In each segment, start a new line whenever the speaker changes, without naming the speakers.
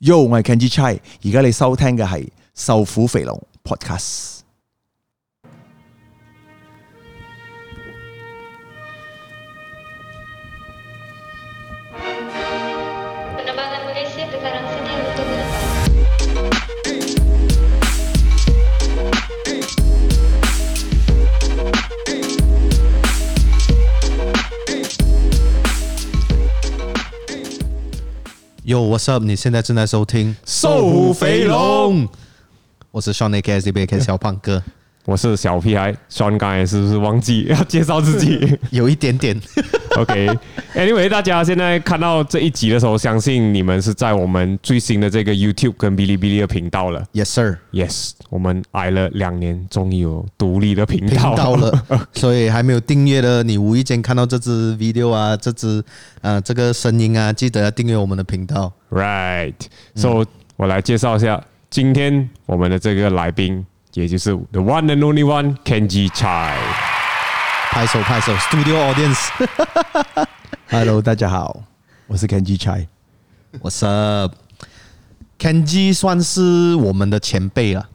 Yo，我係 Kenji Chai，而家你收聽嘅係《受苦肥龍 Podcast》。
Penerbangan Malaysia sekarang sedang bertugas.
Yo，what's up？你现在正在收听《
瘦虎肥龙》，
我是 Sean A K S B K 小胖哥，
我是小屁孩，Sean 刚才是不是忘记 要介绍自己
有一点点
？OK，Anyway，、大家现在看到这一集的时候，相信你们是在我们最新的这个 YouTube 跟哔哩哔哩的频道了。
，Yes sir，
Yes，我们挨了两年，终于有独立的频
听
道
到。 了，所以还没有订阅的，你无意间看到这支 video 啊，这支呃这个声音啊，记得要订阅我们的频道。
Right，So、我来介绍一下今天我们的这个来宾，也就是 The One and Only One Kenji Chai。
拍手拍手，Studio Audience，What's
Hello，大家好，我是 Kenji Chai。
up？Kenji 算是我们的前辈了。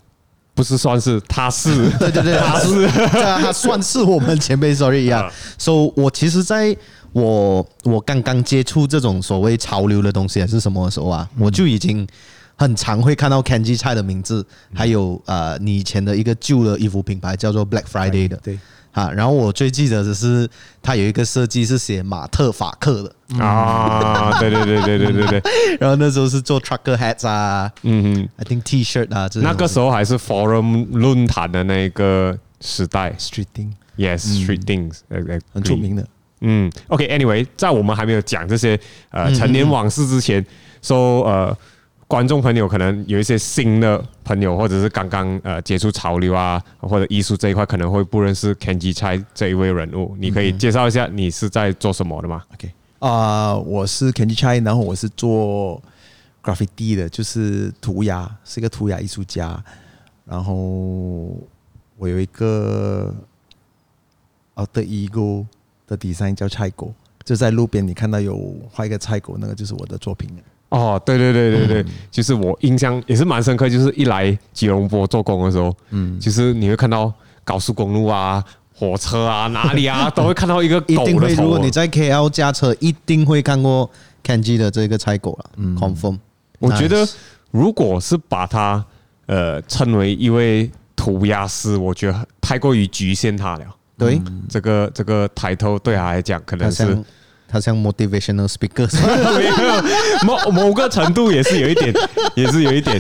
不是算是，他 是
对对对，他是他他算是我们前辈，sorry 呀。So 我其实在我我刚刚接触这种所谓潮流的东西还是什么的时候啊，我就已经很常会看到 Kenji 菜的名字，还有呃你以前的一个旧的衣服品牌叫做 Black Friday 的，
对
啊，然后我最记得的是它有一个设计是写马特法克的，
啊，对对对对对对对，
然后那时候是做 trucker hats 啊，嗯嗯，I think T-shirt 啊，
那个时
候
候还是 Forum 论坛的那个时代。
，Street Ding
Yes, street things，呃呃，
很出名
的。
的。
嗯，OK，Anyway，、在我们还没有讲这些
嗯
呃陈年往事之前，说、呃观众朋友可能有一些新的朋友，或者是刚刚呃接触潮流啊或者艺术这一块，可能会不认识 Kenji Chai 这一位人物，你可
嗯
以介绍一下你是在做什么的吗？
OK 啊、我是 Kenji Chai，然后我是做 graffiti 的，就是涂鸦，是一个涂鸦艺术家。然后我有一个
哦
Outer Ego 的 design 叫菜狗，就在路边你看到有画一个菜狗，那个就是我的作品了。
哦，对对对对对，
嗯
就是我印象也是蛮深刻，就是一来吉隆坡做工的时候，嗯，就是你会看到高速公路啊、火车啊、哪 里啊，都会看到一个
一
狗
定会，
的
如
头
果
啊。
你在 KL 驾车，一定会看过 Kenji 的这个菜狗了、c o n f i r m
嗯我觉得如果是把它呃称为一位涂鸦师，我觉得太过于局限他了。
对，
这个这个抬头对嗯他来讲，可
嗯他
能是
像他像 motivational speaker，
没有某某个程度也是有一点， 也是有一点。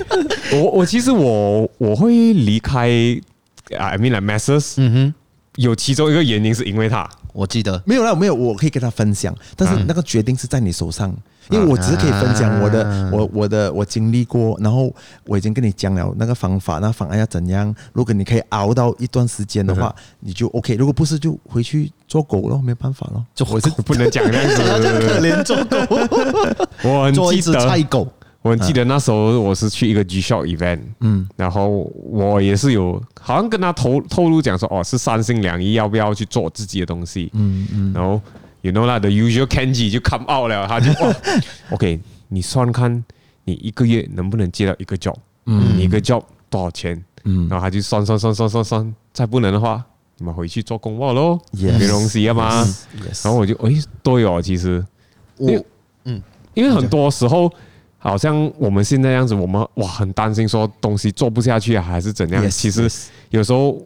我我其实我我会离开，I mean like masses，嗯哼，有其中一个原因是因为他，
我记得
没有啦，没有，我可以跟他分享，但是那个决定是在你手上，因
啊
为我只是可以分享我的
啊，
我我的我经历过，然后我已经跟你讲了那个方法，那方案要怎样。如果你可以熬到一段时间的话，
嗯
你就 OK；如果不是，就回去做狗咯，没办法咯。
做我是
不能讲这样
可
子。
怜做狗，
我 很
做一
记
只
得
菜，狗，
我很记得那时候我是去一个 G Shock event，嗯，然后我也是有好像跟他透透露讲说，哦，是三心两意要不要去做自己的东西，嗯嗯，然后 you know 啦，the usual Kenji 就 come out 了，他就、哦、OK，你算看你一个月能不能接到一个 job，嗯，你一个 job 多少钱，嗯，然后他就算算算算算算，再不能的话，你们回去做公报喽，
Yes
没东西啊嘛
嗯 Yes
然后我就诶，对哦，其实
我
因为因为很多时候，好像我们现在这样子，我们哇很担心说东西做不下去啊，还是怎样。
Yes,
其实
yes
有时候，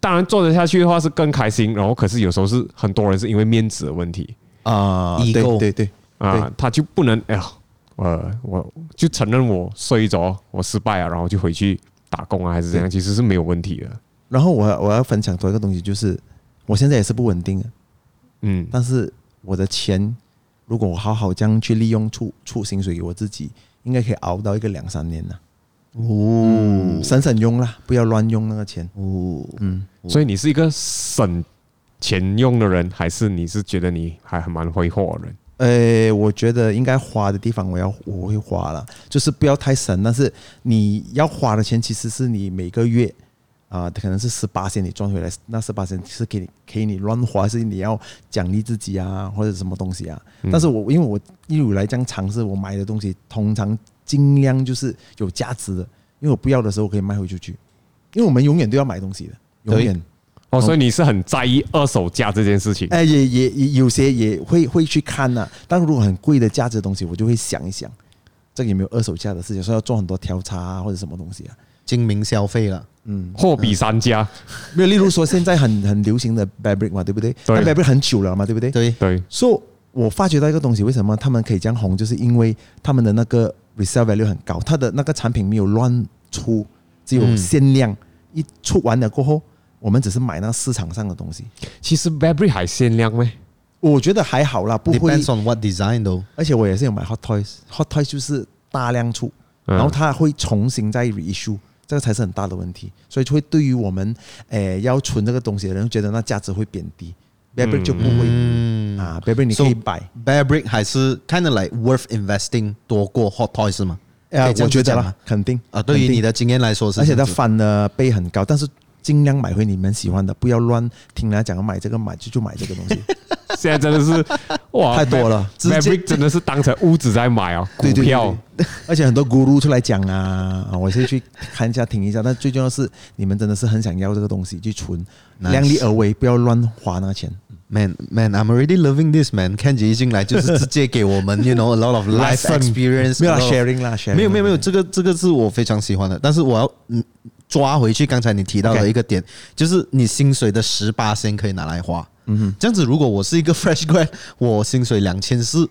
当然做得下去的话是更开心，然后可是有时候是很多人是因为面子的问题
啊，对
Ego
对对，
啊，他就不能哎呀，呃，我就承认我睡着，我失败啊，然后就回去打工啊，还是怎样，其实是没有问题的。
然后我要我要分享多一个东西，就是我现在也是不稳定的，啊
嗯，
但是我的钱，如果我好好这样去利用出出薪水给我自己，应该可以熬到一个两三年了。哦，省省用啦，不要乱用那个钱。
哦，
所以你是一个省钱用的人，还是你是觉得你还蛮挥霍的人？
呃，我觉得应该花的地方，我要我会花了，就是不要太省。但是你要花的钱其实是你每个月啊、可能是十八线你赚回来，那十八线是给你给你乱花，还是你要奖励自己啊，或者什么东西啊？但是我因为我一路来这样尝试，我买的东西通常尽量就是有价值的，因为我不要的时候我可以卖回出去，因为我们永远都要买东西的，永
对
远。
哦，所以你是很在意二手价这件事情。
哎，也也也有些也会会去看呐、但如果很贵的价值的东西，我就会想一想，这个有没有二手价的事情，所以要做很多调查啊，或者什么东西啊。
精明消费了。
货比三家，
没有，例如说现在很很流行的 fabric 嘛，对不对？
对
但 fabric 很久了嘛，对不对？。
对，
对，
所以，我发觉到一个东西，为什么他们可以这样红，就是因为他们的那个 resale value 很高，它的那个产品没有乱出，只有
嗯
限量，一出完了过后，我们只是买那市场上的东西。
其实 Burberry 还限量咩？
我觉得还好啦，不会
depends on what design 都
而且我也是有买 Hot Toys，Hot Toys 就是大量出，
嗯
然后它会重新再 reissue，这个才是很大的问题，所以就会对于我们诶、呃要存这个东西的人，觉得那价值会贬低 b a b r y 就不会、啊 b a b r y 你可以摆，
Bearbrick 还是 kind of like worth investing 多过 Hot Toys 是吗？
呃
可以这
我
样子
觉得
讲
啦
吗，
肯定
啊，对于你
的，
的经验来说是
而
这
且
样子，
它翻的倍很高，但是。尽量买回你们喜欢的，不要乱听人家讲买这个买就就买这个东西，
现在真的是 哇，
太多了直接
Burberry 真的是当成屋子在买哦，股
对对对
票。
对 而且很多 guru 出来讲啊，啊我是去看一下听一下，但最重要是你们真的是很想要这个东西，去存，
Nice
量力而为，不要乱花那个钱。
Man, man, I'm already loving this, man. Ken 姐一进来 就是直接给我们，you know, a lot of life
Lesson
experience，
没有啦
a lot of-
sharing 啦，sharing
没有没有没有，这个这个是我非常喜欢的，但是我要嗯抓回去刚才你提到的
OK
一个点就是你薪水的十八先可以拿来花，嗯哼，这样子如果我是一个 fresh grad，我薪水两千四，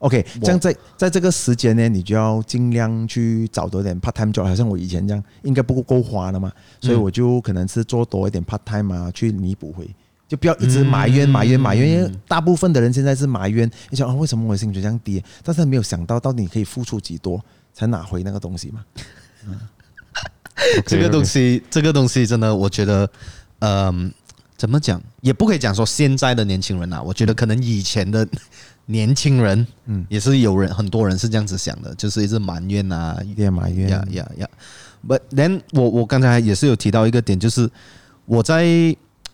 OK，
我
这样在在这个时间呢，你就要尽量去找多点 part time job，好像我以前这样，应该不够花了嘛，所以我就可能是做多一点 part time 啊，去弥补回。就不要一直埋怨、埋怨、埋怨，因为大部分的人现在是埋怨，你想啊，为什么我的薪水这样低？但是没有想到，到底你可以付出几多才拿回那个东西嘛？
这个东西，这个东西真的，我觉得，嗯、怎么讲，也不可以讲说现在的年轻人啊，我觉得可能以前的年轻人，嗯，也是有人很多人是这样子想的，就是一直埋怨啊，
越埋怨
呀呀呀。But then 我我刚才也是有提到一个点，就是我在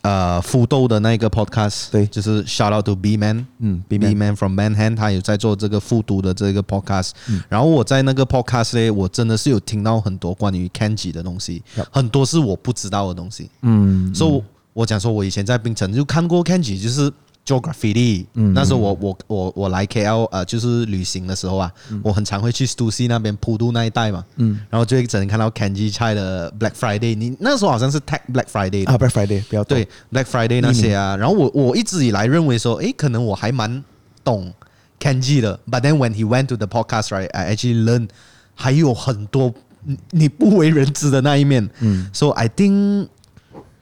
呃福豆的那个 podcast，
对
就是 shout out to B man，
嗯，B
，B
Man
man from Manhattan，他有在做这个复读的这个 podcast，、然
嗯
后我在那个 podcast 呢，我真的是有听到很多关于 Kenji 的东西
Yup
很多是我不知道的东西，
嗯，
所以我我讲说，我以前在槟城就看过 Kenji，就是 geography 的。
嗯
那时候我我我我来 KL 呃，就是旅行的时候啊，
嗯
我很常会去 Stussy 那边普渡那一带嘛。嗯，然后就会只能看到 Kenji 菜的 Black Friday，你那时候好像是 Tech Black Friday 的
啊，Black Friday 不要动
对 Black Friday 那些啊。然后我我一直以来认为说，诶，可能我还蛮懂 Kenji 的，But then when he went to the podcast, right, I actually learned 还有很多你你不为人知的那一面。嗯，So I think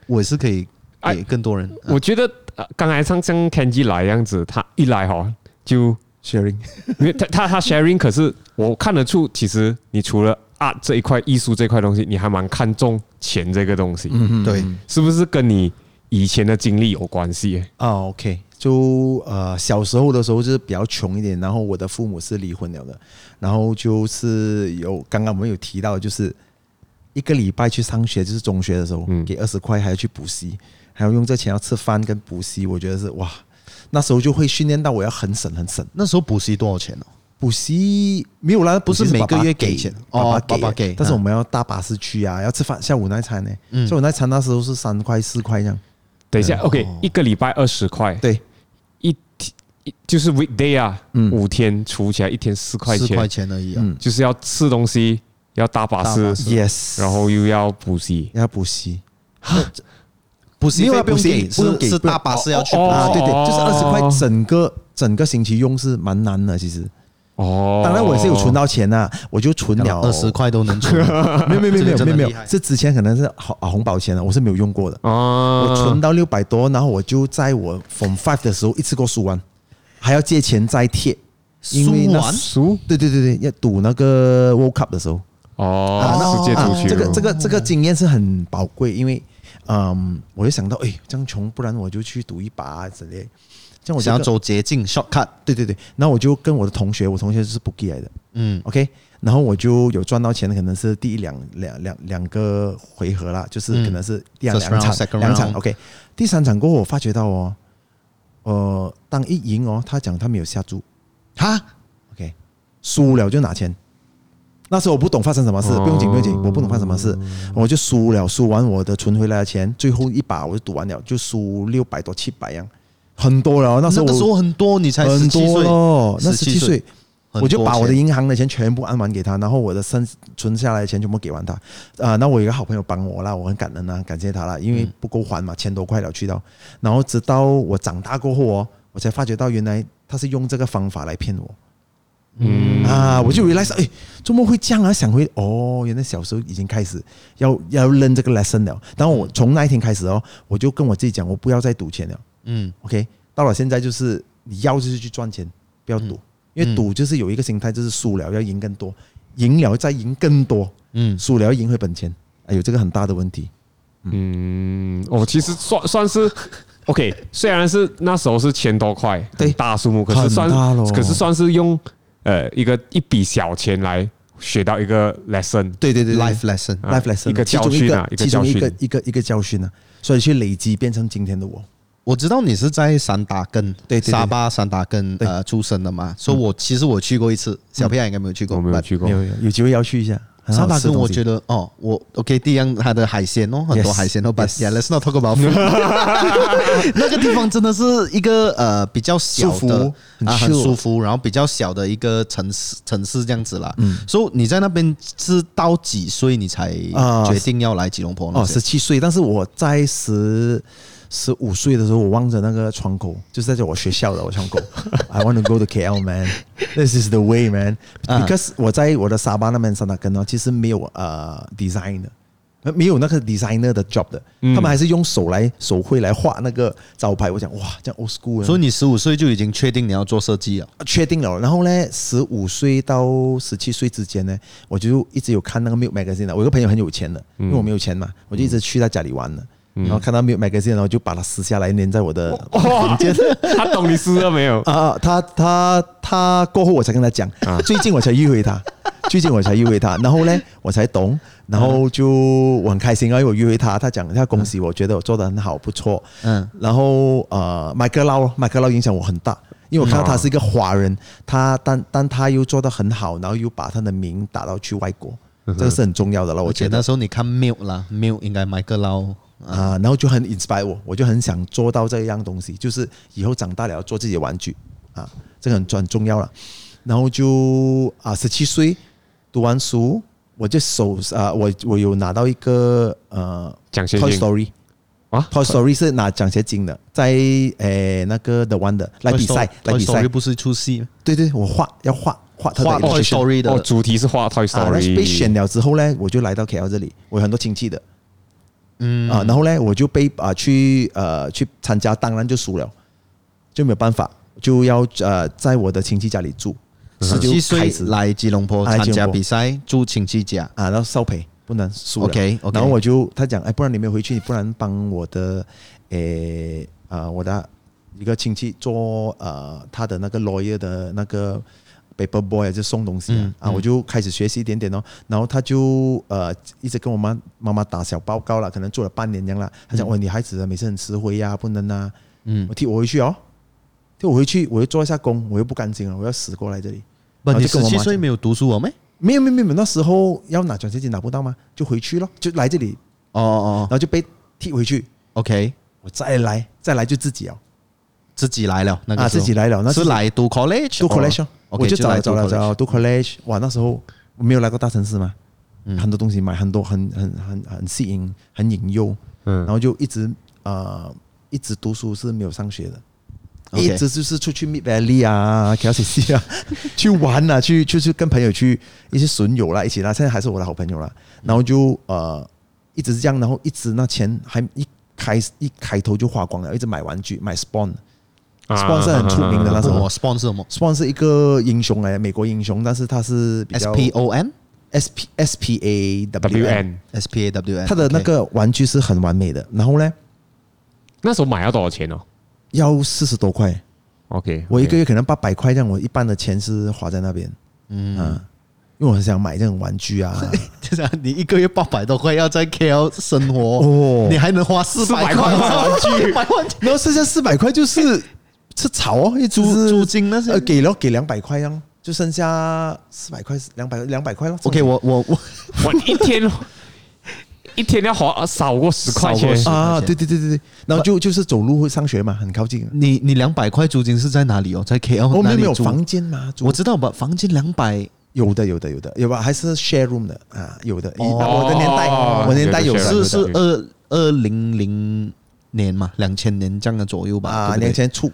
我是可以
哎
给更多人。
嗯
我觉得呃刚才像像 Kenji 来样子，他一来哈就
，sharing
因为他他他 sharing，可是我看得出，其实你除了 art 这一块艺术这块东西，你还蛮看重钱这个东西，
嗯
啊对，
是不是跟你以前的经历有关系？
啊，OK，就呃小时候的时候就是比较穷一点，然后我的父母是离婚了的，然后就是有刚刚我们有提到，就是一个礼拜去上学，就是中学的时候，
嗯
给二十块还要去补习，还要用这钱要吃饭跟补习，我觉得是哇，那时候就会训练到我要很省很省。
那时候补习多少钱哦？
补习没有啦，不
是每个月给钱
爸
哦
爸给，
爸爸给
但是
啊
我
嗯
们要搭巴士去啊，要吃饭下午那一餐呢、下午那一餐那时候是三块四块这样，
等一下，OK，一个礼拜二十块，
哦对，
一天一就是 weekday 啊，
嗯
五天除起来一天四块
四块
钱，
钱而已啊。
就是要吃东西，要搭巴士
搭巴士
，yes，
然后又要补习。
要补习，
补习
没有
费
啊
不用
补习
给，
不用
是
给
是
不用
大巴士要去补
哦
习。
啊，对对，就是
哦
二十块，整个整个星期用是蛮难的。其实，
哦，
当然我也是有存，到钱呐、我就存了
二十，块都能出，
没有没有没有没
这个
有
真
没
的
有没有
厉害，嗯
是之前可能是红啊红包钱了，我是没有用过的。
啊，
我存到六百多，然后我就在我 from five 的时候一次过输完，还要借钱再贴，因为那
输完
输
对对对对，要赌那个 World Cup 的时候。
哦，世界
啊
足球，
这个这个这个经验是很宝贵，因为嗯，我就想到，哎，这样穷，不然我就去赌一把啊之类。这样我就
想要
跟
走捷径 shortcut，
对对对，然后我就跟我的同学，我同学是 b o o k 来的
嗯
，OK，然后我就有赚到钱的，可能是第一两两两两个回合啦，就是
嗯
可能是第二
First
两
round,
场
second
两
round
场 OK，第三场过后我发觉到哦，呃，当一赢哦，他讲他没有下注
哈，
，OK，输了就拿钱。那时候我不懂发生什
哦
么事，不用紧不用紧，我不懂发生什么事，我就输了，输完我的存回来的钱，最后一把我就赌完了，就输六百多七百样，很多了。那时
那
候
个
我
时候很多，你才
很
十七
多
岁，
咯，那十
17
七岁，
很多
我就把我的
钱
银行的钱全部按完给他，然后我的剩存下来的钱全部给完他。啊、那我有一个好朋友帮我啦，我很感恩啊，感谢他啦，因为不够还嘛，千多块了去到。然后直到我长大过后哦，我才发觉到原来他是用这个方法来骗我。
嗯
啊，我就 realize，哎，怎么会这样啊？想回哦，原来小时候已经开始要要 learn 这个 lesson 了。然后我从那一天开始哦，我就跟我自己讲，我不要再赌钱了。
嗯
OK，到了现在就是你要就是去赚钱，不要
嗯
赌，因为赌就是有一个心态，就是输了要赢更多，赢了再赢更多，
嗯，
输了要赢回本钱。哎呦，这个很大的问题。
嗯，我其实算算是 OK，虽然是那时候是千多块，
对
很大数目，可是
很
算
大咯
可是算是用呃一个一笔小钱来学到一个 lesson，
对对对对
life lesson，
啊
life lesson
一个
其
教
中
训啊，一个
其
教
中一个
训。
一个一个教训啊，所以去累积变成今天的我。
我知道你是在散打根，
对对对
沙巴散打根
对嗯
呃出生的嘛，所以我其实我去过一次，小屁孩应该没有去过，
我没有
but
去过
没，有有有机会要去一下。很好
沙
吃
巴根
东
我
西
觉得哦，我 OK，第一样它的海鲜哦，很多
Yes，
海鲜哦，but
yes
yeah，let's not talk about food。那个地方真的是一个呃比较小
舒
的
服很
啊，很
chill
舒服，然后比较小的一个城市城市这样子啦。嗯，所以你在那边是到几岁你才
啊
决定要来吉隆坡那
哦，
些
十？七岁，但是我在十十五岁的时候，我望着那个窗口，就是在我学校的我窗口 ，I want to go to KL man, this is the way man.
啊
Because、我在我的沙巴那边沙那根呢，其实没有呃 design 的。呃没有那个 designer 的 job 的，
嗯
他们还是用手来手绘来画那个招牌。我讲哇，这样 old school 啊。
所以你十五岁就已经确定你要做设计了。
确定了，然后呢，十五岁到十七岁之间呢，我就一直有看那个 Milk Magazine 的。我有个朋友很有钱的，因为我没有钱嘛，我就一直去他家里玩的。然后看到 Milk Magazine，然后就把它撕下来粘在我的
哇
房间。
他懂你思了没 有？
啊啊，他他他过后我才跟他讲，最近我才遇回 他，最近我才遇回他，然后呢我才懂，然后就我很开心啊，因为我遇回他，他讲他恭喜我，觉得我做的很好，不错，
嗯
嗯，然后呃，麦克劳麦克劳影响我很大。因为我看到他是一个华人，他但但他又做得很好，然后又把他的名打到去外国，这个是很重要的了，嗯我
而且
觉得
那时候你看 Miu 啦，Miu 应该 Michael Lau 啊，
啊、然后就很 inspire 我，我就很想做到这样东西，就是以后长大了要做自己的玩具啊，这个很很重要了。然后就啊，十七岁读完书，我就手啊，我我有拿到一个呃
奖学
，Toy
金
Story。
啊
Toy Story 是拿奖学金的，在诶那个 The One 的来比赛
Toy Story-
来比
Toy
赛
Story，不是出戏，
对对，我画要画画他的
画
illustration
Toy Story 的
哦，主题是画 Toy
啊，那被选
Story，
了之后呢，我就来到 KL 这里，我有很多亲戚的，
嗯
啊，然后呢，我就被啊去呃去参加，当然就输了，就没有办法，就要呃在我的亲戚家里住，
嗯
十
就
七
开
岁
始
来吉隆坡
来
参
吉隆坡
加比赛，住亲戚家。
啊，然后少赔不能输了
OK，OK
然后我就他讲，哎，不然你没有回去，你不然帮我的诶啊、我的一个亲戚做呃他的那个 lawyer 的那个。paper boy 啊就送东西啊、
嗯
啊，我就开始学习一点点哦，然后他就呃一直跟我妈妈妈打小报告了，可能做了半年这样了。他讲、哦，你孩子啊每次很吃灰呀、不能啊，
嗯
我替我回去哦，替我回去，我又做一下工，我又不甘心了，我要死过来这里。
不，
然后
你
就
十
跟我
七
妈
岁
讲
没有读哦书我哦没？
没有没有没有，那时候要拿奖学金拿不到吗？就回去咯，就来这里，
哦哦
然后就被踢回去，
，OK，
我再来再来就自己哦，
自己来了，那个
啊
时候
自己来了那
是
自己
来读 college，
读 college，、哦、
OK，
我就找
来
了
读
找了
college
找了读 college，哇，那时候我没有来过大城市嘛，很多东西买，很多很很很很吸引，很引诱，
嗯
然后就一直呃一直读书是没有上学的。
OK
一直就是出去 Mid Valley 啊、KLCC 啊，去玩啊，去去去跟朋友去一些损友啦，一起啦，现在还是我的好朋友啦。然后就呃一直是这样，然后一直那钱还一开一开头就花光了，一直买玩具，买 Spawn，Spawn
啊
是很出名的那时
什
候
么 spawn 是什么
Spawn 是一个英雄哎，美国英雄，但是他是比
？S
较
P O N
S P S P A
啊
W N，
WN。
S P A W N，
他的那个玩具是很完美的。然后呢，
那时候买要多少钱哦？
要四十多块，
OK，
我一个月可能八百块这样，我一半的钱是花在那边，嗯、因为我很想买这种玩具啊，
就是你一个月八百多块要在 KL 生活，
哦
你还能花四百块
400块 玩具
买玩具
然后剩下四百块 就是吃草哦，一直
租
是
租金那些
呃，给了给两百块这样，就剩下四百块两百两百块了。
OK，我我我
我一天一天要花少过十块钱，
少过10
啊，
块钱
对对对对对，然后就就是走路会上学嘛，很靠近。
你你两百块租金是在哪里哦？在 KL
我
哪
们
里
没有
租
房间嘛，嗯租
我知道吧，房间两百
有的有的有的有吧，还是 share room 的啊，有的。以
哦
我的年代，
哦
我年代有
有的
的
share
有
是
的
是二二零零年嘛，两千年这样的左右吧，
啊，
对不对
年前出。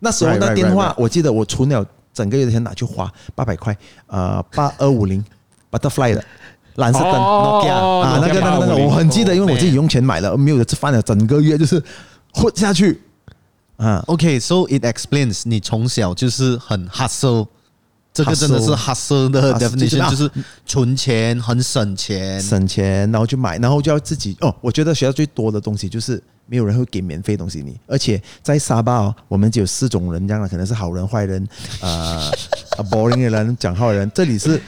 那时候
Right,
那
right,
电
right,
话，我记得我存了整个月的钱拿去花八百块，呃，八二五零 butterfly 的蓝色灯
哦
Nokia 啊，那
Nokia
个那个那个，
850
我很记得，因为我
man
自己用钱买了，没有吃饭了，整个月就是混下去啊。
OK，so、it explains 你从小就是很 hustle，这个真的是 hustle 的
Hustle，
definition，就
就是啊
是存钱，很省钱。
省钱，然后就买，然后就要自己哦。我觉得学校最多的东西就是没有人会给免费东西你，而且在沙巴哦，我们只有四种人，这样的可能是好人、坏人， 呃呃，boring 的人、讲话的人。这里是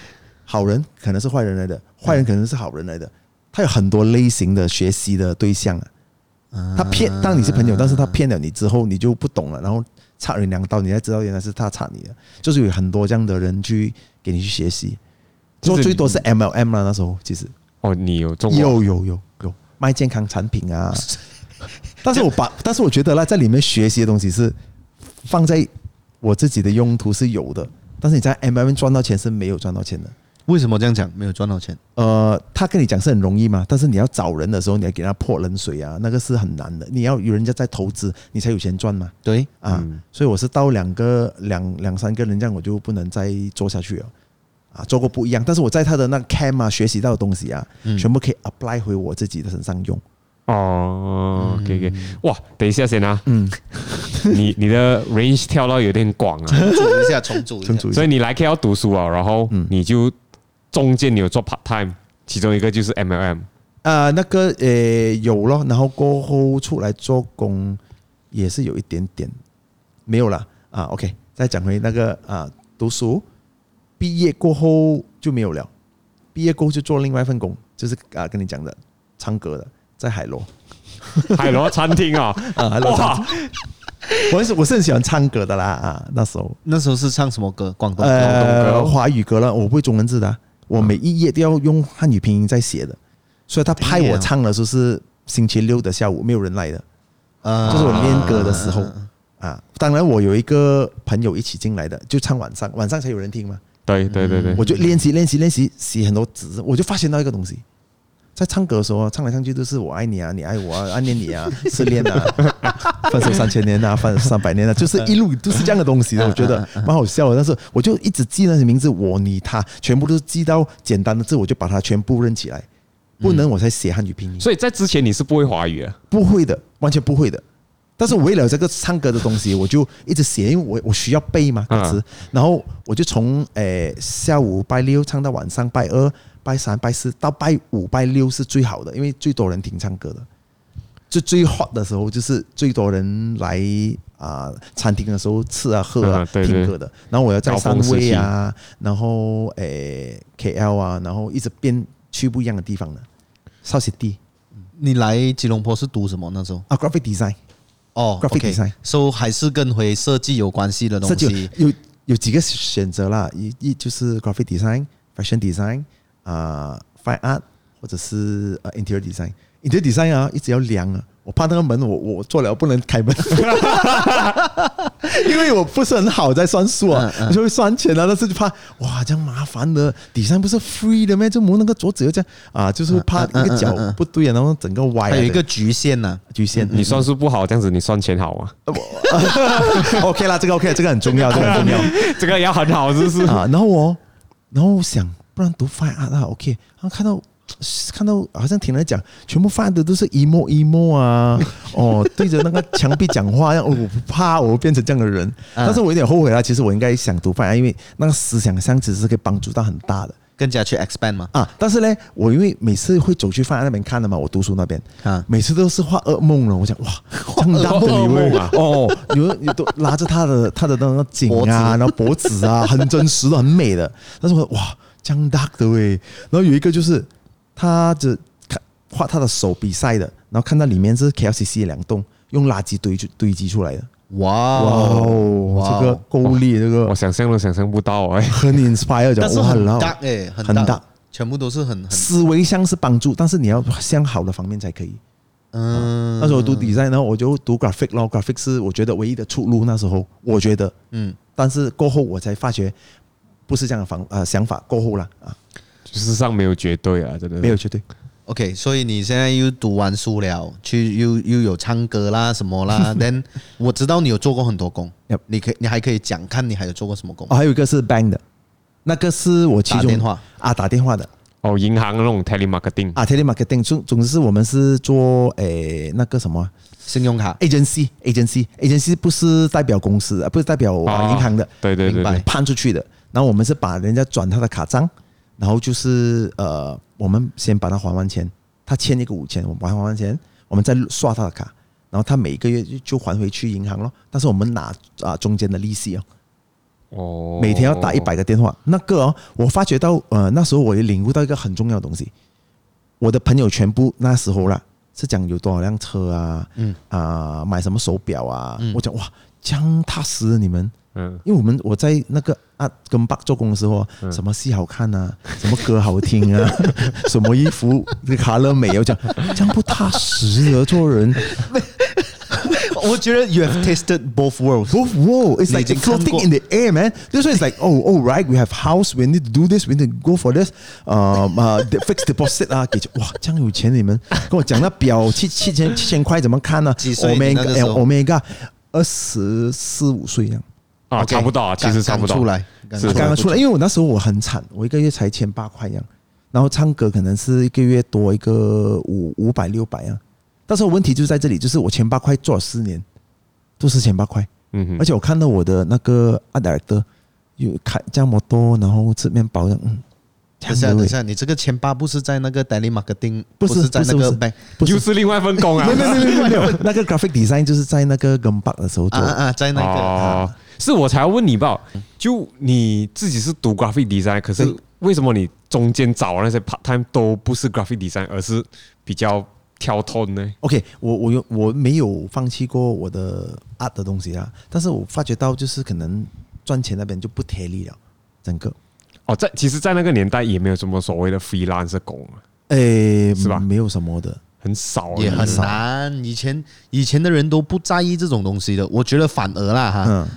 好人，可能是坏人来的，坏人可能是好人来的。他有很多类型的学习的对象啊，他骗当你是
啊
朋友，但是他骗了你之后，你就不懂了，然后插人两刀，你才知道原来是他插你的，就是有很多这样的人去给你去学习。
就
做
是
最
你
多是 MLM 啦，那时候其实
哦，你有中过
有有有有卖健康产品啊， 但是我把，但是我觉得啦，在里面学习的东西是放在我自己的用途是有的，但是你在 M M 赚到钱是没有赚到钱的。
为什么这样讲？没有赚到钱。
呃，他跟你讲是很容易嘛，但是你要找人的时候，你要给他泼冷水啊，那个是很难的。你要有人家在投资，你才有钱赚嘛。
对，
啊，所以我是到两个两两三个人这样，我就不能再做下去了。啊，做过不一样，但是我在他的那个 cam 啊，学习到的东西啊，全部可以 apply 回我自己的身上用。
哦，OK OK，哇，等一下先啊，嗯，你你的 range 跳到有点广啊，
组一下，重 组
重组一下
所以你来 KL 读书啊，然后你就中间你有做 part time，其中一个就是 MLM，
啊，那个呃有咯，然后过后出来做工也是有一点点，没有啦啊。OK，再讲回那个啊，读书毕业过后就没有了，毕业过后就做另外一份工，就是啊跟你讲的唱歌的，在海螺
海螺餐厅啊，
啊，海螺唱
哇，
我是我是很喜欢唱歌的啦啊，那时候
那时候是唱什么歌？广东歌。
呃
歌
华语歌了，我不会中文字的啊、我每一页都要用汉语拼音在写的，所以他拍我
Damn
唱的时候是星期六的下午，没有人来的。
呃
就是我练歌的时候啊。当然，我有一个朋友一起进来的，就唱晚上，晚上才有人听嘛。
对对对对，
我就练习练习练习，写很多字，我就发现到一个东西，在唱歌的时候啊，唱来唱去都是我爱你啊，你爱我啊，暗恋你啊， 失恋啊，分手三千年啊，分手三百年啊，就是一路都是这样的东西的，我觉得蛮好笑的。但是我就一直记那些名字，我你他，全部都记到简单的字，我就把它全部认起来。不能，我才写汉语拼音。
所以在之前你是不会华语的，啊
不会的，完全不会的。但是为了这个唱歌的东西，我就一直写，因为我我需要背嘛
啊
歌词，然后我就从诶、呃下午拜六唱到晚上拜二、拜三、拜四到拜五、拜六是最好的，因为最多人听唱歌的，就最 hot 的时候就是最多人来啊、餐厅的时候吃啊喝啊、
嗯对
听
对
歌的，然后我要在
高
三
峰时
威
期
啊，然后诶、KL 啊，然后一直变去不一样的地方的，少些地
你来吉隆坡是读什么那时候？
啊，graphic design。
哦
Graphic design
，OK，so 还是跟回设计有关系的东
这就
西。
有有几个选择啦，一一就是 graphic design、fashion design 啊、fine art 或者是呃 interior design。interior design 啊，一直要量啊，我怕那个门我我做了不能开门， 因为我不是很好在算数啊，
嗯
我就会算钱啊，但是就怕哇这样麻烦的，design 不是 free 的咩？就磨那个桌子又这样啊，就是怕
嗯
一个脚不对啊，然后整个歪啊，
还有一个嗯局限呐、
局限。
你算数不好，这样子你算钱好啊 吗？
OK 啦，这个 OK，这个很重要，这个很 重要。
啊
这个要很好，是不是？
啊，然后我，然后我想，不然读 fine art 啊，OK，然后看到。看到好像听人讲，全部发的都是 emo emo 啊，哦，对着那个墙壁讲话，让我不怕我会变成这样的
啊
人。但是我有点后悔啦，其实我应该想读 fine art，因为那个思想上其实是可以帮助到很大的。
更加去 expand 嘛。
啊，但是呢，我因为每次会走去放在那边看的嘛，我读书那边
啊
每次都是画噩梦了。我 想哇，这么大的
噩
礼
梦
物
啊
哦，你们你都拉着他的他的那个颈
脖子
啊，然后脖子啊，很真实的，很美的。但是我哇，这样大的喂，然后有一个就是他只看画他的手比赛的，然后看到里面是 KLCC 两栋用垃圾堆就堆积出来的。
哇
哇哦，
哇
这个勾力，这
我
个
想象都想象不到哎、
很 inspire，讲
但是
哇
很
老
dark 哎，
很
大，
dark
全部都是很很
思维上是帮助，但是你要向好的方面才可以。
嗯
那时候我读 design，然后我就读 graphic 咯，graphic 是我觉得唯一的出路。那时候我觉得，
嗯，
但是过后我才发觉不是这样的方呃想法。过后啦啊，
世上没有绝对啊，真的是
没有绝对，
OK，所以你现在又读完书了，去又又有唱歌啦什么 啦，then 我知道你有做过很多工
Yep
你可以你还可以讲看你还有做过什么工
哦，还有一个是 bank 的，那个是我其中
打电话
啊打电话的
哦，银行那种 telemarketing，
啊 telemarketing，总总之是我们是做诶、那个什么啊
信用卡
agency agency agency 不是代表公司，啊，不是代表啊
哦
银行的，
对对对
明白
对，
判出去的。然后我们是把人家转他的卡账，然后就是呃，我们先把他还完钱，他欠一个五千，我们把他还完钱，我们再刷他的卡，然后他每个月就就还回去银行咯。但是我们拿啊、中间的利息哦，
哦，
每天要打一百个电话。那个哦，我发觉到呃那时候我也领悟到一个很重要的东西，我的朋友全部那时候啦是讲有多少辆车啊，嗯啊、买什么手表啊，我讲哇，将踏实了你们。
嗯，
因为我们我在那个啊跟爸做工的时候，啊什么戏好看啊，什么歌好听啊，什么衣服卡乐美，我讲这样不踏实的做人。
哎我觉得 you have tasted both worlds。
Whoa, whoa, it's like
你已经看过。
floating in the air, man. This one is like, oh, oh, right, we have house, we need to do this, we need to go for this. Um, uh, the fixed deposit 啊，给哇，这样有钱你们跟我讲那表七七千七千块怎么看呢、
几岁你那个
Omega
时
哎
候
Omega 二十四五岁这样。
啊，
OK，
差不多啊，其
刚
实差不多
刚出来刚
是
刚刚
是
出来，因为我那时候我很惨，我一个月才千八块一样，然后唱歌可能是一个月多一个五五百六百啊。但是问题就在这里，就是我千八块做了四年，都是千八块，
嗯哼
而，且我看到我的那个阿德尔德有开这么多，然后吃面包的，嗯，
等一下，
这样
等
的
一下，你这个钱包不是在那个 telemarketing，
不是
是在那
不
个
是不
bank
不是
又是另外一份工啊，
没有没有没有没有没有，那个 graphic design 就是在那个跟巴的时候
啊
做
啊
的，
啊，在那个啊
哦，是我才要问你吧？就你自己是读 graphic design，可是
对
为什么你中间找那些 part time 都不是 graphic design，而是比较跳 tone 呢？
OK，我我有我没有放弃过我的 art 的东西啦，但是我发觉到就是可能赚钱那边就不贴力了，整个，
哦，在其实，在那个年代也没有什么所谓的 freelance 工啊，
诶、
是吧
没有什么的，
很少啊，
也很
少。
难。以前以前的人都不在意这种东西的，我觉得反而啦哈，
嗯，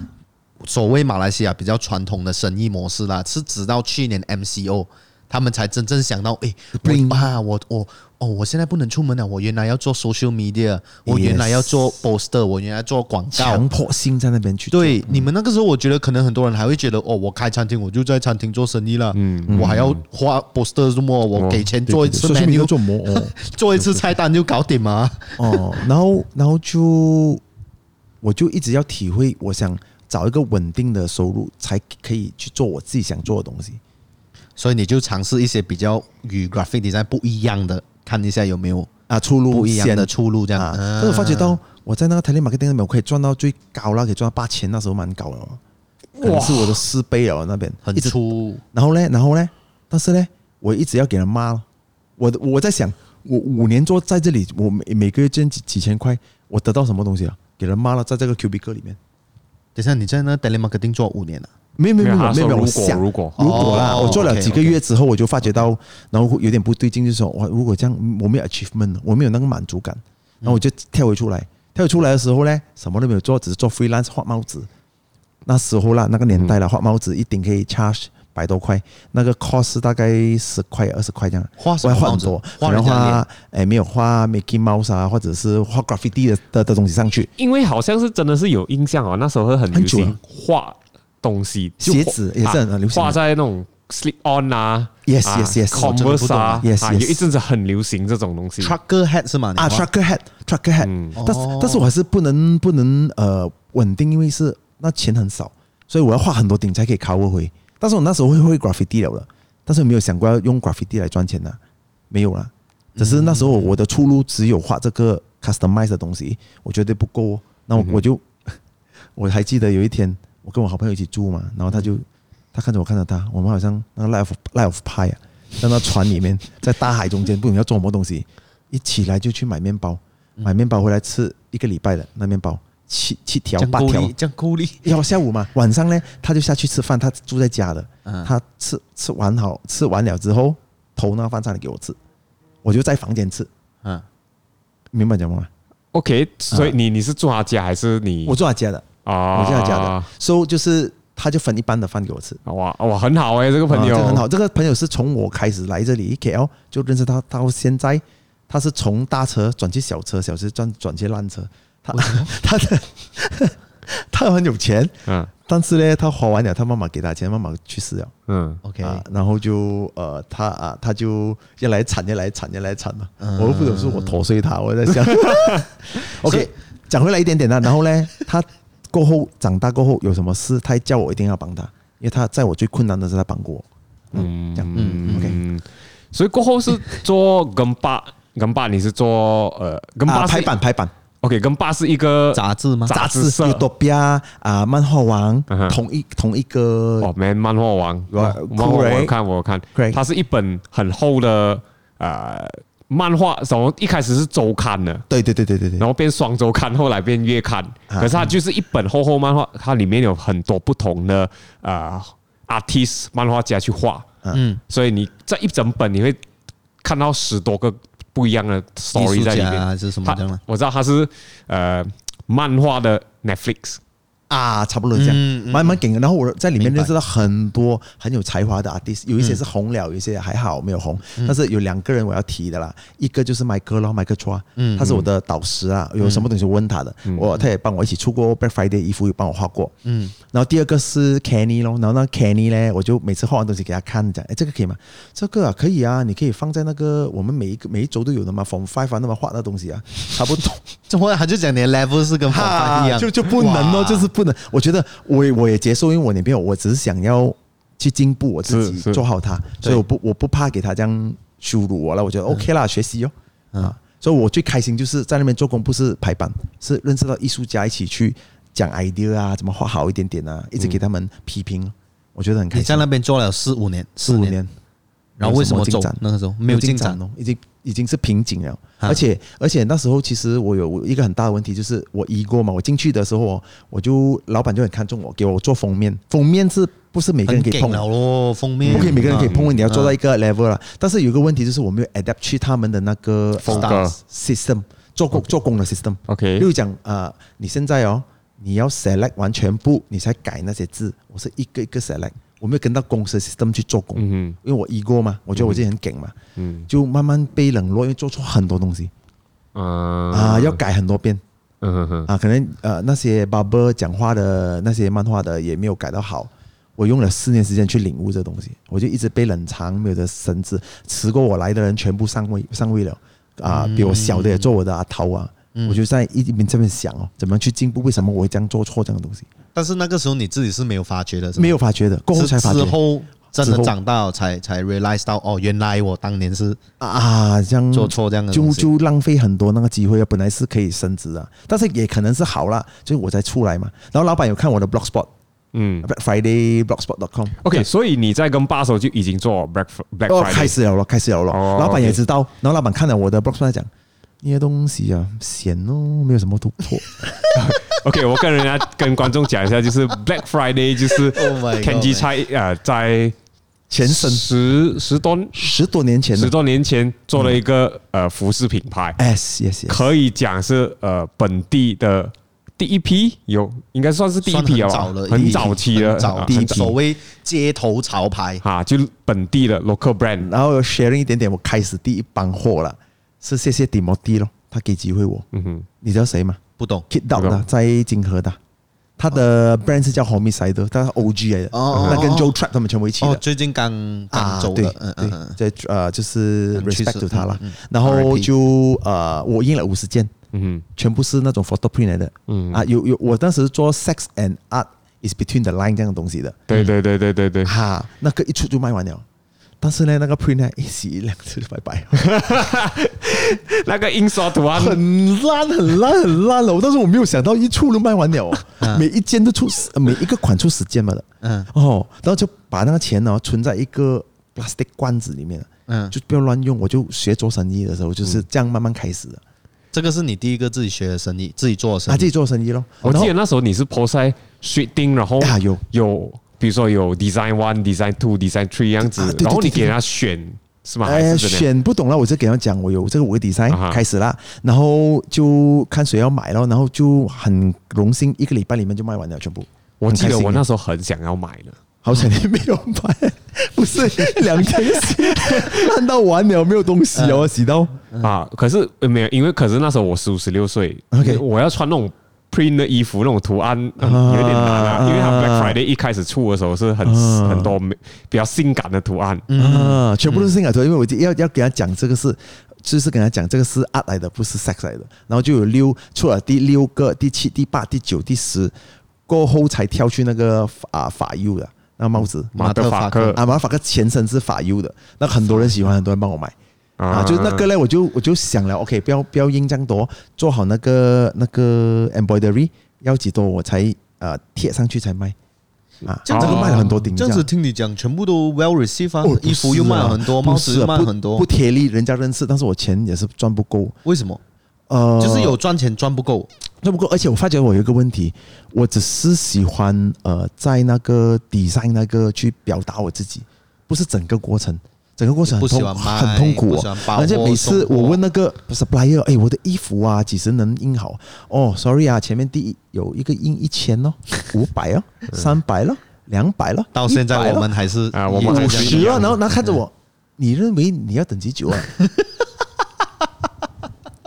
所谓马来西亚比较传统的生意模式啦，是直到去年 MCO，他们才真正想到，诶，
Bring-
我啊，我我哦，我现在不能出门了，我原来要做 social media，我原来要做 poster，我原来做广告
强。迫性在那边去做，
对、你们那个时候，我觉得可能很多人还会觉得，哦，我开餐厅，我就在餐厅做生意了，嗯，我还要画 poster 什么，我给钱
对，
做一
对
次
对
menu，
social media 做模 哦
做一次菜单就搞定嘛。
哦，然后然后就我就一直要体会，我想找一个稳定的收入，才可以去做我自己想做的东西。
所以你就尝试一些比较与 graphic design 不一样的，看一下有没有
啊，出路
不一样的
先
出路这样。
啊！但
嗯
是我发觉到我在那个 telemarketing 那边，我可以赚到最高啦，可以赚到八千，那时候蛮高了哦，可能是我的四倍了那边，
很
一直。
粗，
然后呢，然后呢，但是呢，我一直要给人骂咯。我我在想，我五年做在这里，我每每个月挣几几千块，我得到什么东西啊？给人骂了，在这个 cubicle 里面，
等一下，你在那 telemarketing 做五年了、
没有没有
没有
没
他
有没有
说
没有，
如
我
果
想
如果
如果啦，
哦
我做了
OK，OK
几个月之后，我就发觉到，然后有点不对劲，就是说哇，如果这样嗯我没有 achievement，我没有那个满足感，然后我就跳回出来。跳回出来的时候呢，什么都没有做，只是做 freelance 画帽子。那时候啦，那个年代了，画帽子一顶可以 charge 百多块，那个 cost 大概十块二十块这样。
画什
我
么
还画
帽
很
子
多，可
画
能
人家
画哎没有画 Mickey Mouse 啊，或者是画 graffiti 的的的东西上去。
因为好像是真的是有印象哦，那时候很流
很久
行
了
画东西，就
鞋子也是很
啊
流行的
画在那种 slip on 啊
Yes,
啊
yes, yes，我真的不
converse
懂
啊
啊，yes,
啊
yes
有一阵子很流行这种东西。
trucker hat 是吗？你
啊
画
，trucker hat，trucker hat，、但是但是我还是不能不能呃稳定，因为是那钱很少，所以我要画很多顶才可以 cover 回。但是我那时候会会 graffiti 了了，但是没有想过要用 graffiti 来赚钱的，啊没有啦。只是那时候我的出路只有画这个 customize 的东西，我觉得不够、哦。那我我就、我还记得有一天，我跟我好朋友一起住嘛，然后他就他看着我看着他，我们好像那个 life life 派啊，在那船里面在大海中间，不懂要做什么东西，一起来就去买面包，买面包回来吃一个礼拜的那面包，七七条
这样
八
孤
条
立，，这样孤立，
要下午嘛，晚上呢，他就下去吃饭，他住在家的，
嗯
他吃吃完好吃完了之后，投那个饭上来给我吃，我就在房间吃，
嗯，
明白讲吗？
OK，所以你你是住他家还是你
嗯我住他家的，
啊
我住他家的，所、以就是他就分一般的饭给我吃，
哇哇很好哎、这个朋
啊
友、
这个很好。这个朋友是从我开始来这里 KL 就认识他，到现在他是从大车转去小车，小车转转去烂车，他他的 他很有钱，
嗯
但是呢，他花完了，他妈妈给他钱，妈妈去世了。
嗯
OK，
啊，然后就呃，他啊，他就越来越惨，越来越惨，越来越惨嘛。啊
嗯
我又不懂是我torture 他，我在 想。OK，讲回来一点点啦，然后呢，他过后长大过后有什么事，他叫我一定要帮他，因为他在我最困难的时候他帮过我。嗯，这样，嗯，OK。
嗯，所以过后是做跟爸跟爸，你是做呃跟
啊，
爸
排版排版，
OK，跟爸是一个
杂志吗？
杂志
是
社
u t o p i a 啊，漫画王
嗯哼，
同一同一个
呃
哦，漫漫画王，哦
哇
漫画
酷
我
欸
有看我有看
Great，
它是一本很厚的呃漫画，从一开始是周刊的，
对对对对对对
然，后变双周刊，后来变月刊，
啊
可是它就是一本厚厚漫画，它里面有很多不同的呃 artist 漫画家去画，
嗯，
所以你在一整本你会看到十多个不一样的
艺术
story 在里
家啊
面。
还是什么
它
这样吗？
我知道它是呃漫画的 Netflix，
啊，差不多是这
嗯
样，
嗯
蛮蛮劲的。然后我在里面
明白嗯
认识到很多很有才华的 artist，有一些是红了，有一些还好没有红。但是有两个人我要提的啦，一个就是麦哥咯，麦哥抓，
嗯
他是我的导师啊，有什么东西我问他的，我他也帮我一起出过 Black Friday 衣服，有帮我画过。嗯，然后第二个是 Kenny 咯，然后那 Kenny 呢，我就每次画完东西给他看，讲哎这个可以吗？这个啊可以啊，你可以放在那个我们每一个每一周都有的嘛，From Five 啊那么画那东西啊，差不多。
怎么他就讲你的 level 是跟法
哈
一样，
就就不能哦，
哇
就是不能。我觉得我也我也接受，因为我女朋友，我只是想要去进步我自
是
己，
是
做好她，所以我不我不怕给她这样羞辱我了。我
嗯
觉得 OK 啦，学习哦，啊，所以我最开心就是在那边做工，不是排版，是认识到艺术家一起去讲 idea 啊，怎么画好一点点啊，一
嗯
直给他们批评，我觉得很开
你在
心。
那边做了四五年，
四
四
五年，
然后为什么
进
走
展？
那个时候没有进展？
哦，已经已经是瓶颈了。
啊
而且而且那时候其实我有我一个很大的问题，就是我移过嘛，我进去的时候哦我就老板就很看重我，给我做封面，封面是不是每个
很
人可以
给
碰？
了咯，封面
不
嗯
可以每个人可以碰，你要做到
一
一个 level 了。但是有一个问题就是我没有 adapt 去他们的那个
风格
style system 做工做工的 system。
OK
例如讲呃，你现在哦，你要 select 完全部，你才改那些字。我是一个一个 select，我没有跟到公司的 system 去做工。
嗯
因为我 ego 嘛，我觉得我自己很梗嘛，
嗯
就慢慢被冷落，因为做错很多东西
嗯
啊，要改很多遍
嗯哼哼
啊，可能呃那些 barber 讲话的那些漫画的也没有改到好，我用了四年时间去领悟这东西，我就一直被冷藏，没有的绳子，迟过我来的人全部上位上位了啊，
嗯
比我小的也做我的阿涛啊，我就在一边这边想哦，怎么样去进步，为什么我会这样做错这样的东西，
但是那个时候你自己是没有发觉的，是吗
没有发觉的，过后
是
才发
之
觉
嗯后真
之
的
后
长大了才才 realize 到哦，原来我当年是
啊，这样
做错这样的
就
东西
就浪费很多那个机会啊，本来是可以升职啊，但是也可能是好啦，就是我才出来嘛。然后老板有看我的 blogspot
嗯
Friday blogspot.com，
，OK，所以你在跟爸时候就已经做 Black Fr- Black
哦，
Friday，
开始了咯，开始了咯。
哦
老板
OK
也知道，然后老板看了我的 blogspot 他讲，你的东西啊，闲哦，没有什么突 破。
OK，我跟人家跟观众讲一下，就是 Black Friday，就是
Oh my God,
Kenji 菜呃，在
前身
十十多
十多年前
十
的
多年前做了一个
嗯
呃服饰品牌，
哎
，yes yes yes，
可以讲是呃本地的第一批，有应该算是第一
算很
批了吧，
早了，
很早期的
很早
啊
第一批
所谓街头潮牌，
啊，就本地的 local brand。
然后有 sharing 一点点，我开始第一帮货了，是谢谢 d i m o d 咯，他给机会我。
嗯哼，
你知道谁吗？
不懂
Kid Dog
知道哦
的，在金河的，他的 brand 是叫 Homicide，但是 OG 来的，
哦
那跟
哦
Joe Trap 他们全部一起
哦，
的。
最近刚刚
啊，
走
对
的，嗯嗯嗯，
对，这呃就是
嗯去世
respect to 他了
嗯嗯，
然后
RIP
就呃我印了五十件，
嗯
全部是那种 photo print 来的，
嗯
啊有有我当时做 sex and art is between the line 这样的东西的，
哼，对对对对对对，
哈，那个一出就卖完了。但是呢，那个 print 呢，一洗一两次就拜拜，
那个印刷图案
很烂很烂很烂了。但是我没有想到一处就卖完了、
嗯
哦，每一间都出十每一个款出十件嘛的，
嗯
哦，然后就把那个钱呢、存在一个 plastic 罐子里面，
嗯，
就不要乱用。我就学做生意的时候就是这样慢慢开始
嗯
的，
这个是你第一个自己学的生意，自己做的生
啊，自
意。
己做生意咯。
我记得
然后
那时候你是 post 在 shooting，然后
啊有
有，比如说有 design one、design two、design three 样子
啊对，对
然后你
对对
给他选是吗？还
哎，
是怎么样？
选不懂了，我就给他讲，我有这个五个 design、
啊哈
开始啦，然后就看谁要买咯，然后就很荣幸，一个礼拜里面就卖完了全部。
我记
很开
得
心
我
耶
那时候很想要买的，
好险你没有买，不是两天洗烂到完了，没有东西哦，洗到
啊，可是呃没有，因为可是那时候我十五十六岁
OK
我要穿那种 print 的衣服，那种图案、嗯
啊
有点难啊，因为它
啊
Black Friday 一开始出的时候是很、
啊
很多美比较性感的图案，
啊，全部都是性感图，因为我要要给他讲这个是。就是跟他讲，这个是 art 来的，不是 sex 来的。然后就有六，出了第六个、第七、第八、第九、第十，过后才跳去那个法啊法 U 的那个帽子，
马特法克
啊，马法克前身是法 U 的，那很多人喜欢，很多人帮我买啊，就是那个嘞，我就我就想了，OK，不要不要印这样多，做好那个那个 embroidery 要几多我才呃贴上去才卖啊，
这样子
个卖了很多顶，啊
这样子听你讲，全部都 well receive 啊
哦，
衣服又卖了很多，
不
帽
是
子
啊
又卖
不
了很
不
多，
贴力人家认识，但是我钱也是赚不够，
为什么？
呃，
就是有赚钱赚不够，
赚不够，而且我发觉我有一个问题，我只是喜欢呃在那个 design 那个去表达我自己，不是整个过程。整个过程很
不喜
痛，
欢卖
很痛苦、
不喜
哦
欢把。握
而且每次我
送货
问那个 supplier，哎，我的衣服啊，几时能印好？哦，sorry 啊，前面第一有一个印一千咯，五百 哦，三百咯，两百咯，
到现
100
在
咯
我们还是
啊我们
一
还
直
五
是
这样
十啊，然后然后看着我，你认为你要等几久啊？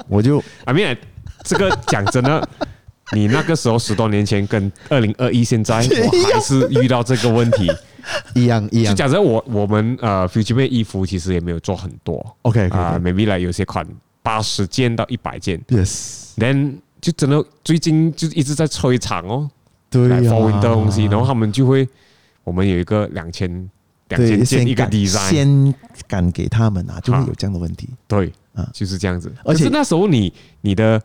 我就
I mean，这个讲真的， 你那个时候十多年前跟二零二一 现在，我还是遇到这个问题。
一样一
就
样。
假设我我们呃 Future Mate 衣服其实也没有做很多
OK，OK，OK
啊、m a y b e 来有些款八十件到一百件
yes，
，then 就真的最近就一直在催厂哦，
对
来
呀、
fall winter 东西，然后他们就会，我们有一个两千两
对
千件
先
一个
赶
design，
先赶给他们啊，就会有这样的问题。
对
啊，
就是这样子。
而且
可是那时候你你的，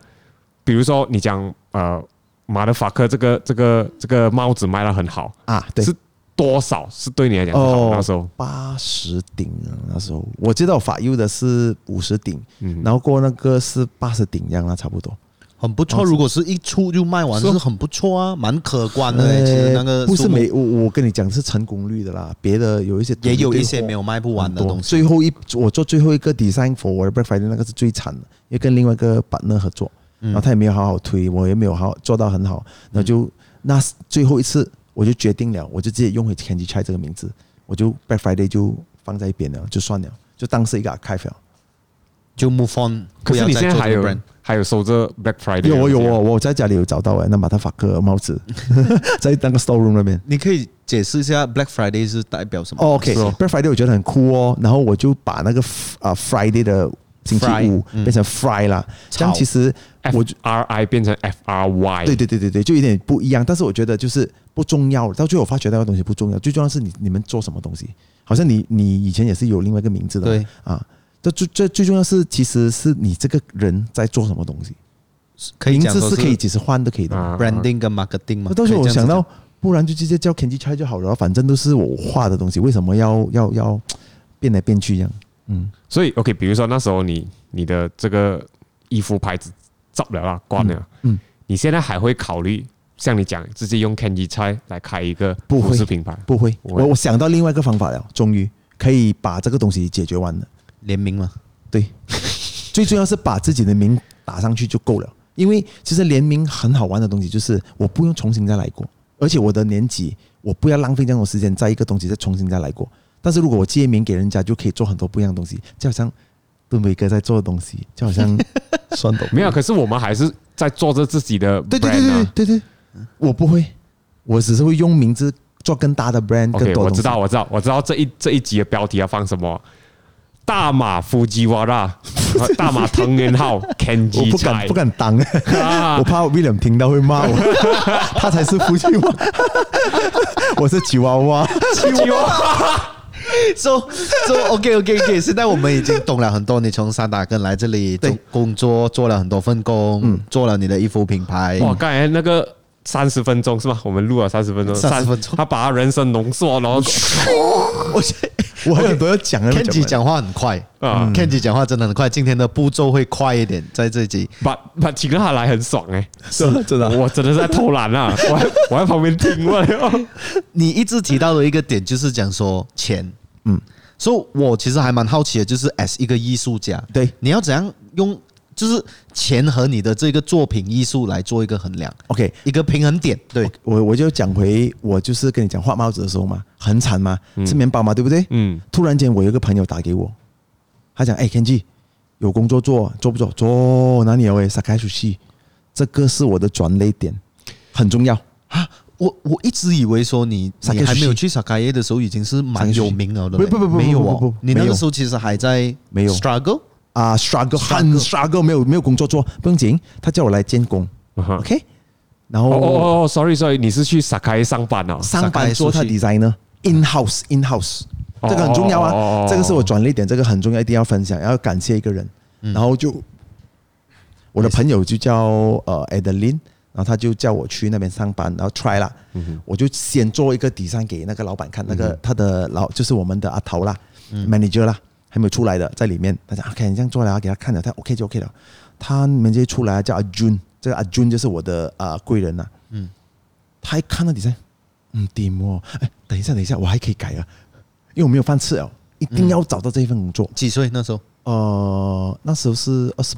比如说你讲呃马德法克这个这个这个帽子卖的很好
啊对哦
是多少是对你来讲是好那时候？
八十顶啊，那时候我知道法优的是五十顶，
嗯
然后过那个是八十顶这样啦，差不多。
很不错，如果是一出就卖完，
哦是
是很不错啊，蛮可观的欸。其实那个
呃不是
数目
每我我跟你讲是成功率的啦，别的有一些
也有一
对
些
货
没有卖不完的
很多
东西。
最后一我做最后一个 design for 我的 Black Friday 那个是最惨的，因为跟另外一个 partner 合作，然后他也没有好好推，我也没有好好做到很好，然后就、那最后一次我就决定了，我就直接用回 Candy Chai 这个名字，我就 Black Friday 就放在一边了，就算了，就当是一个 archive 了。
就 move on，不
可是
要
你
再
现在
做
还
这个 brand
有还有收着 Black Friday，
有啊我有
这样
我我在家里有找到哎、那马特法克帽子在那个 store room 那边。
你可以解释一下 Black Friday 是代表什么？
哦 OK，
是哦
Black Friday 我觉得很酷哦，然后我就把那个 f- 啊 Friday 的星期
Fry，
五变成 Fry 啦，这样
炒
其实我
F R I 变成 F R Y，
对对对对对，就有点不一样。但是我觉得就是不重要，到最后我发觉那个东西不重要，最重要是你你们做什么东西。好像你你以前也是有另外一个名字的，
嗯对
啊。这最最最重要是，其实是你这个人在做什么东西，
可以
名
讲
字
说
是可以几时换都可以的。
啊
branding 跟 marketing 嘛
那。到时候
可
我
以这
想
样子
到，不然就直接叫 Candy Chai 就好了，反正都是我画的东西，为什么要要要变来变去这样？
所以 OK，比如说那时候你你的这个衣服牌子照了啦，关了，
嗯嗯
你现在还会考虑像你讲直接用 Candy 拆来开一个
不会嗯
服饰品牌？
不会，
不会
我我想到另外一个方法了，终于可以把这个东西解决完了。
讲联名嘛，
对，最重要是把自己的名打上去就够了。因为其实联名很好玩的东西，就是我不用重新再来过，而且我的年纪，我不要浪费这样的时间在一个东西再重新再来过。但是如果我借名给人家，就可以做很多不一样的东西，就好像敦伟哥在做的东西，就好像酸豆
没有，可是我们还是在做着自己的
对对对
brand
对
啊。
对对，我不会，我只是会用名字做更大的 brand，更
OK，
多
我
东
知
西。
道，我知道，我知道这一这一集的标题要放什么？大马夫吉瓦拉，大马藤原浩
我
Candy
不
拆
敢不敢当， 我怕 William 听到会 骂我， 他才是夫妻娃，我是吉娃娃，
吉娃
so so OK OK OK，现在我们已经懂了很多。你从三打根来这里
对嗯
做工作，做了很多份工，做了你的衣服品牌。
哇，刚才那个三十分钟是吧？我们录了三十分钟，
30
三
分钟
他把他人生浓缩，然后
我觉得
我还有很多要讲的。
Kenji 讲话很快
啊
啊，Kenji 讲话真的很快，今天的步骤会快一点，在这集。
把把请他来很爽哎、
真的真的啊，
我真的是在偷懒 啊！我还我在旁边听啊哦我了，
你一直提到的一个点就是讲说钱，
嗯
嗯，所以我其实还蛮好奇的，就是 as 一个艺术家，
对
你要怎样用就是钱和你的这个作品艺术来做一个衡量，
OK，
一个平衡点，对，
我我就讲回我就是跟你讲画帽子的时候嘛，很惨嘛，吃面包嘛，对不对？
嗯，
突然间我有一个朋友打给我，他讲：“哎、k e n j i 有工作做，做不做？做，哪里有哎，撒开出去，这个是我的转泪点，很重要。
我我一直以为说你
Sakae
你还没有去萨卡耶的时候已经是蛮
Sakae
有名了的
不
嘞，
不不不不
没有
不不
哦
不，
你那
没有
个时候其实还在
没有
struggle，
啊，struggle 很 struggle，没有没有工作做，不用紧，他叫我来监工
啊哈
，OK，然后
哦哦哦，sorry sorry，你是去撒开上班哦？
上班做他
Sakai Sushi
designer in house in house，
哦
这个很重要
哦哦
啊
哦哦，
这个是我转捩点，这个很重要，一定要分享，要感谢一个人，
嗯
然后就我的朋友就叫呃 Adeline，然后他就叫我去那边上班，然后 try 啦，
嗯
我就先做一个 design 给那个老板看，那个他的老就是我们的阿头啦，manager
嗯
啦。还没有出来的，在里面，他讲啊 OK，你这样做了，给他看了，他 OK 就 OK 了。他们就出来叫阿 Jun，这个阿 Jun 就是我的啊、呃贵人呐、
嗯
他一看到底下，嗯，掂喎，哎，等一下，等一下，我还可以改啊，因为我没有饭吃哦，一定要找到这一份工作。
几岁那时候？
呃，那时候是二十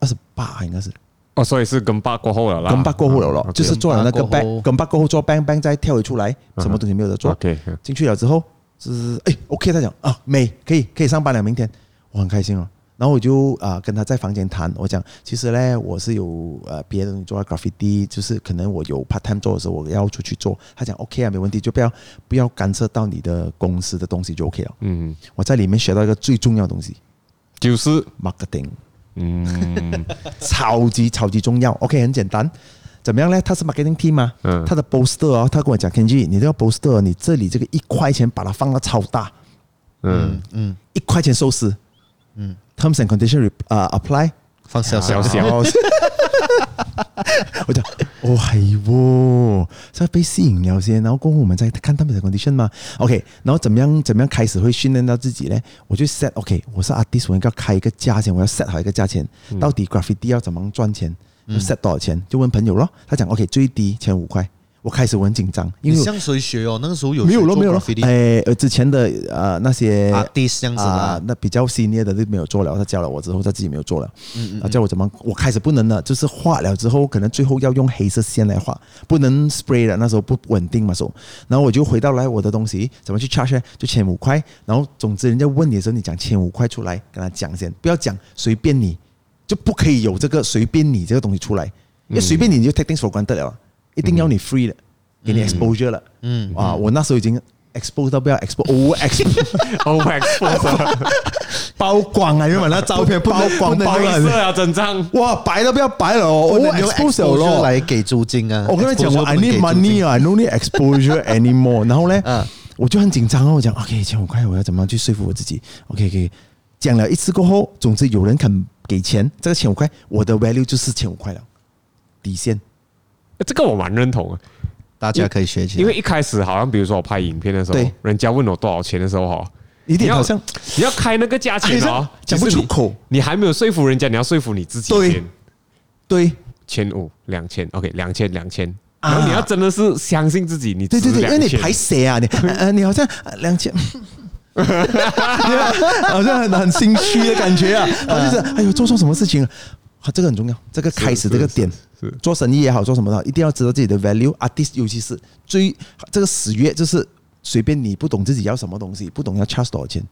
二十八，应该是
哦，所以是跟爸过后了啦，嗯
跟八过后了咯，就是做了那个
跟八过
bang，
后
跟八过后做 bang bang 再跳回出来，
哼
什么东西没有得做。
OK，嗯
进去了之后，就是哎，OK，他讲啊，美，可以可以上班了，明天我很开心哦。然后我就啊、跟他在房间谈，我讲其实呢，我是有呃别的东西做到 graffiti，就是可能我有 part time 做的时候，我要出去做。他讲 OK 啊，没问题，就不要不要干涉到你的公司的东西就 OK 了。
嗯，
我在里面学到一个最重要的东西
就是
，marketing。
嗯，
超级超级重要。OK，很简单，怎么样呢？他是 marketing team 嘛、
嗯
他的 poster 哦，他跟我讲，Kenji，你这个 poster，你这里这个一块钱把它放到超大，
嗯，
一块钱收拾，嗯，terms and condition re- 啊、apply，
放小
小小
然后 我讲，哦係喎，所以被吸引了先，然后过后我们再看他们的 condition 嘛。OK，然后怎么样怎么样开始会训练到自己呢？我就 set OK，我是 artist，我应该要开一个价钱，我要 set 好一个价钱，
嗯
到底 graffiti 要怎么样赚钱，就 set 多少钱，就问朋友咯。他讲 OK，最低千五块。我开始我很紧张，因
你
为
向谁学哦？那个时候有
没有了
学
没有了
做 graffiti，
哎，呃之前的呃那些
Artist 这样子的
啊那比较 senior 的就没有做了，他教了我之后，他自己没有做了，嗯嗯，教我怎么，我开始不能了，就是画了之后，可能最后要用黑色线来画，不能 spray 了，那时候不稳定嘛手，然后我就回到来我的东西怎么去 charge 呢就千五块，然后总之人家问你的时候，你讲千五块出来，跟他讲先，不要讲随便你，就不可以有这个随便你这个东西出来，因为随便你你就 take things for granted 了，一定要你 free 的，给你 exposure 了，嗯啊，我那时候已经 expose 到不要 expose，over expose
哦 o x
曝光啊，原本那照片曝光
不
曝
好意思
光，
啊，真章。
哇，白都不要白了哦，
不
我
能用
expose 了
exposure
咯。
来给租金啊！
我跟他讲，我
exposure
I
不能给
need
租金
money 啊，I don't need exposure anymore。然后呢
嗯，
我就很紧张哦，我讲 OK，一千五块，我要怎么样去说服我自己？OK OK，讲了一次过后，总之有人肯给钱，这个千五块，我的 value 就是千五块了，底线。
这个我蛮认同的，
大家可以学起来。
因为一开始好像比如说我拍影片的时候
对，
人家问我多少钱的时候哈，
一
你
定
要
好像
你要开那个价钱哦
啊，讲不
其实
出
你
口，
你还没有说服人家，你要说服你自己
对啊
先。
对
千五、两千，OK，两千、两千。
啊
然后你要真的是相信自己，你
对
值
对对，因为
两
你
千
排谁啊？你呃呃，你好像呃两千。 好像很很心虚的感觉啊，好像是哎呦做错什么事情、啊，啊这个很重要，这个开始这个点
是是是，
做生意也好，做什么的，一定要知道自己的 value。artist 尤其是最这个十月，就是随便你不懂自己要什么东西，不懂要 charge 多少钱，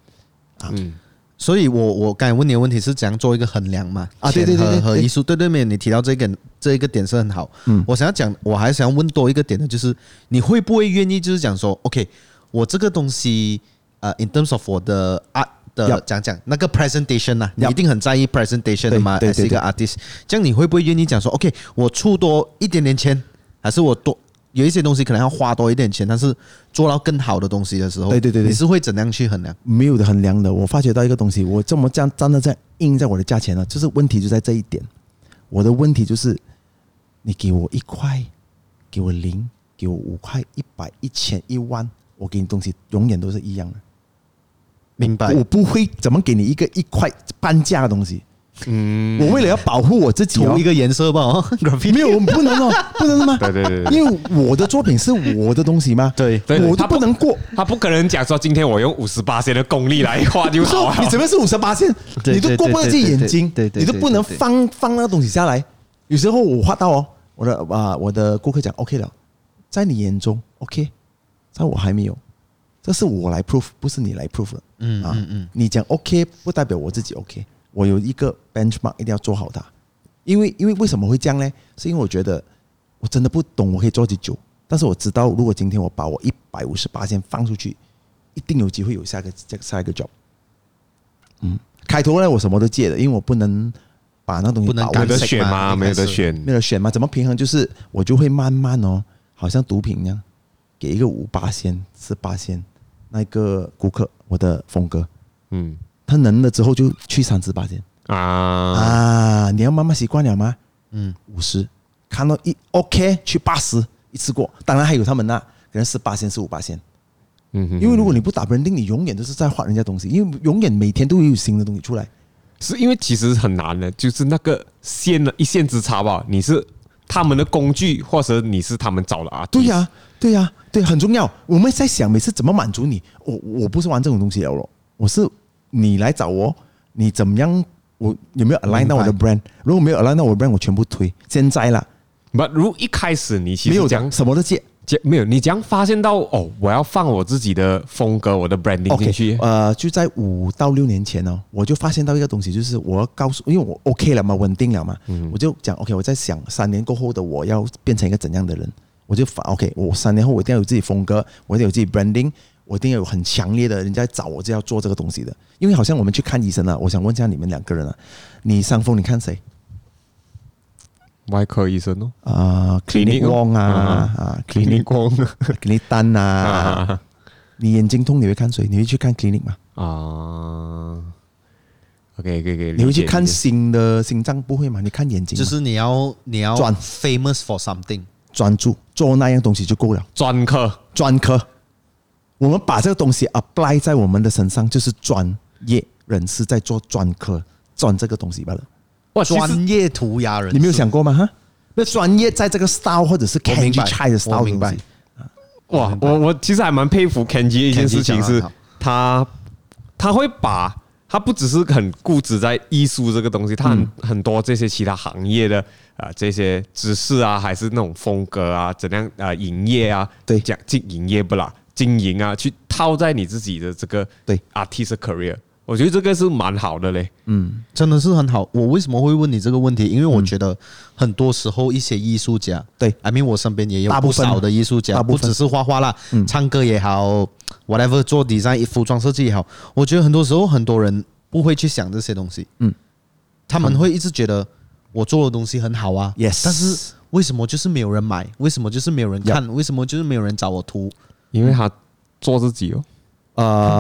所以我我刚才问你的问题是怎样做一个衡量嘛？
啊对对
钱
对对
和和
对
艺术对对面，你提到这个这一个点是很好。
嗯
我想要讲，我还想要问多一个点的，就是你会不会愿意就是讲说，OK，我这个东西呃，in terms of 我的 art 的
Yup
讲讲那个 presentation 呐、你
Yup
一定很在意 presentation 的嘛？
对对对
是一个 artist，这样你会不会愿意讲说，OK，我出多一点点钱，还是我多有一些东西可能要花多一点钱，但是做到更好的东西的时候，
对对对对
你是会怎样去衡量？
没有的衡量的。我发觉到一个东西，我这么这样站在这样印在我的价钱呢，就是问题就在这一点。我的问题就是，你给我一块，给我零，给我五块，一百、一千、一万，我给你东西永远都是一样的。
明白
我？不会怎么给你一个一块半价的东西。
嗯，
我为了要保护我自己、哦
同一，个颜色吧哦，graffiti
没有，我们不能哦，不能的吗？
对对对对
因为我的作品是我的东西吗？
对
对
我
他
都
不
不能过。
他不可能讲说今天我用五十八的功力来画就好
说
了。
你怎么是五十八线，
对
你都过不了自己眼睛，
对对对对对
你都不能放放那个东西下来。有时候我画到哦，我的啊、我的顾客讲 OK 了，在你眼中 OK，在我还没有，这是我来 proof，不是你来 proof 的。
嗯
啊
嗯嗯，
你讲 OK 不代表我自己 OK，我有一个 benchmark 一定要做好它，因为因为为什么会这样呢？是因为我觉得我真的不懂我可以做多久，但是我知道如果今天我把我一百五十八先放出去，一定有机会有下个下下一个 job。嗯，开头呢我什么都戒的，因为我不能把那东西
不能
把握
有
干
得
得
选吗？
应该
没
是
有得选。
没有选嘛，怎么平衡？就是我就会慢慢哦，好像毒品一样，给一个五八仙、四八仙那个顾客我的风格，
嗯
他能了之后就去三十八仙
啊，
啊，你要慢慢习惯了吗？
嗯，
五十，看到一 OK 去八十一次过，当然还有他们那可能是八仙、十五八仙，
嗯哼，
因为如果你不打 branding，你永远都是在画人家东西，因为永远每天都会有新的东西出来。
是因为其实很难的，就是那个线的一线之差吧。你是他们的工具，或者你是他们找的啊？
对呀、对呀、对，很重要。我们在想每次怎么满足你，我我不是玩这种东西了咯，我是你来找我，你怎么样？我有没有 align 到我的 brand？如果没有 align 到我的 brand，我全部推。现在啦，
不，如一开始你其
没
实
有
讲
讲什么都借。
讲没有，你讲发现到哦，我要放我自己的风格，我的 branding 进
OK，
去。
呃，就在五到六年前哦，我就发现到一个东西，就是我要告诉，因为我 OK 了嘛，稳定了嘛，我就讲 OK，我在想三年过后的我要变成一个怎样的人，我就发 OK，我三年后我一定要有自己风格，我一定要有自己 branding，我一定要有很强烈的人家找我就要做这个东西的，因为好像我们去看医生啊，我想问一下你们两个人啊，你伤风你看谁？
外科 医生哦
啊、c l i n i c
Clinic 哦
Wong 啊
啊
啊，Clinic
光
Clinic 丹 啊，
啊
你眼睛痛你会看谁？你会去看 Clinic 吗？
啊，OK OK OK，
你会去看新的心脏不会吗？你看眼睛吗，
就是你要你要
转
famous for something，
专注做那样东西就够了，
专科
专科。我们把这个东西 apply 在我们的身上，就是专业人士在做专科，专这个东西罢了。
哇，啊其实
专业涂鸦人士，
你没有想过吗？哈，那专业在这个 style 或者是
我
Kenji
明白
Chai 的 style
我
的
明白
东 西
哇，我我其实还蛮佩服 Kenji 一件事
Kenji 讲
情
得
是
很好，
他他会把他不只是很固执在艺术这个东西，他
嗯
很、很多这些其他行业的啊、呃这些知识啊，还是那种风格啊，怎样啊、呃营业啊，
对
讲经营业不啦，经营啊，去套在你自己的这个
对
artist career，我觉得这个是蛮好的嘞。
真的是很好。我为什么会问你这个问题？因为我觉得很多时候一些艺术家，
嗯对
，I mean 我身边也有
大部
不
分
少的艺术家，
大部
不
分嗯
只是画画啦，唱歌也好，whatever 做 design 服装设计也好，我觉得很多时候很多人不会去想这些东西，
嗯，
他们会一直觉得我做的东西很好啊
Yes
但是为什么就是没有人买？为什么就是没有人看？为什么就是没有人找我涂？
因为他做自己哦，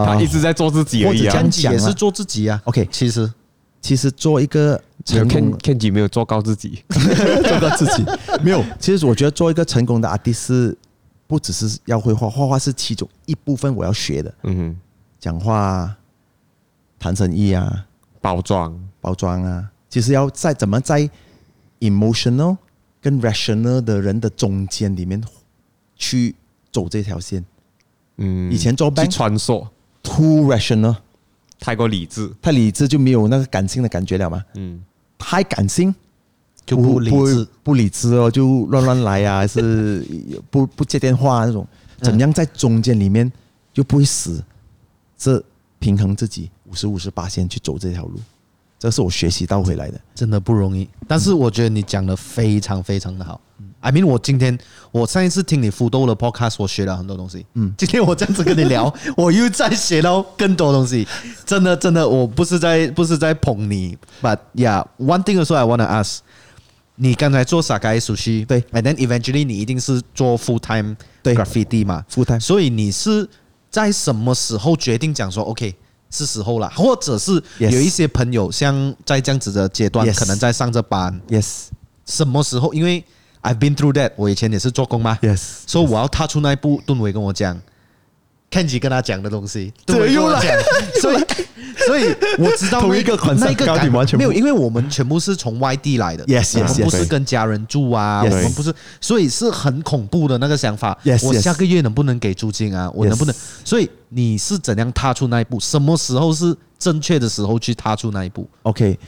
他
呃
一，直在做自己而
或
已
者
啊
这。样
自己也
讲啊
是做自己啊
OK
其实
其实做一个成功
Ken Kenji 没有做高自己，
做到自己。没有，其实我觉得做一个成功的 artist 是不只是要会画，画画是其中一部分我要学的，
嗯哼，
讲话、啊、谈生意啊，
包装，
包装啊，其实要在怎么在 emotional 跟 rational 的人的中间里面去走这条线。
嗯，
以前做
去
bank
穿梭。
too rational，
太过理智，
太理智就没有那个感性的感觉了嘛。
嗯，
太感性
就不理智。
不理智哦，就乱乱来啊，还是 不不接电话、啊、那种。
嗯
怎么样在中间里面就不会死？这平衡自己五十五十八先去走这条路，这是我学习到回来的。
真的不容易。但是我觉得你讲的非常非常的好。I mean，我今天我上一次听你福豆的 podcast，我学了很多东西。嗯，今天我这样子跟你 聊，我又再学到更多东西。真的，真的，我不是在不是在捧你，but yeah，one thing also I wanna ask，你刚才做 Sakai Sushi，
对
，and then eventually 你一定是做 full time
对
graffiti 嘛
full time
所以你是在什么时候决定讲说 OK 是时候了，或者是
Yes
有一些朋友像在这样子的阶段
Yes
可能在上着班，
Yes
什么时候？因为 I've been through that，我以前也是做工嘛，
Yes，
所以我要踏出那一步，盾伟跟我讲，Kenji 跟他讲的东西，
对
盾伟跟
又
我
来
讲，所以所以我知道
同
那
一个
那
concept，
一个
高
感
点完全不
没有，因为我们全部是从外地来的
Yes,
我们
yes,
不
yes
是跟家人住啊，
Yes
我们不是，所以是很恐怖的那个想法
Yes,。
我
yes
下个月能不能给租金啊？我
Yes
能不能？所以你是怎样踏出那一步？什么时候是正确的时候去踏出那一步？
OK，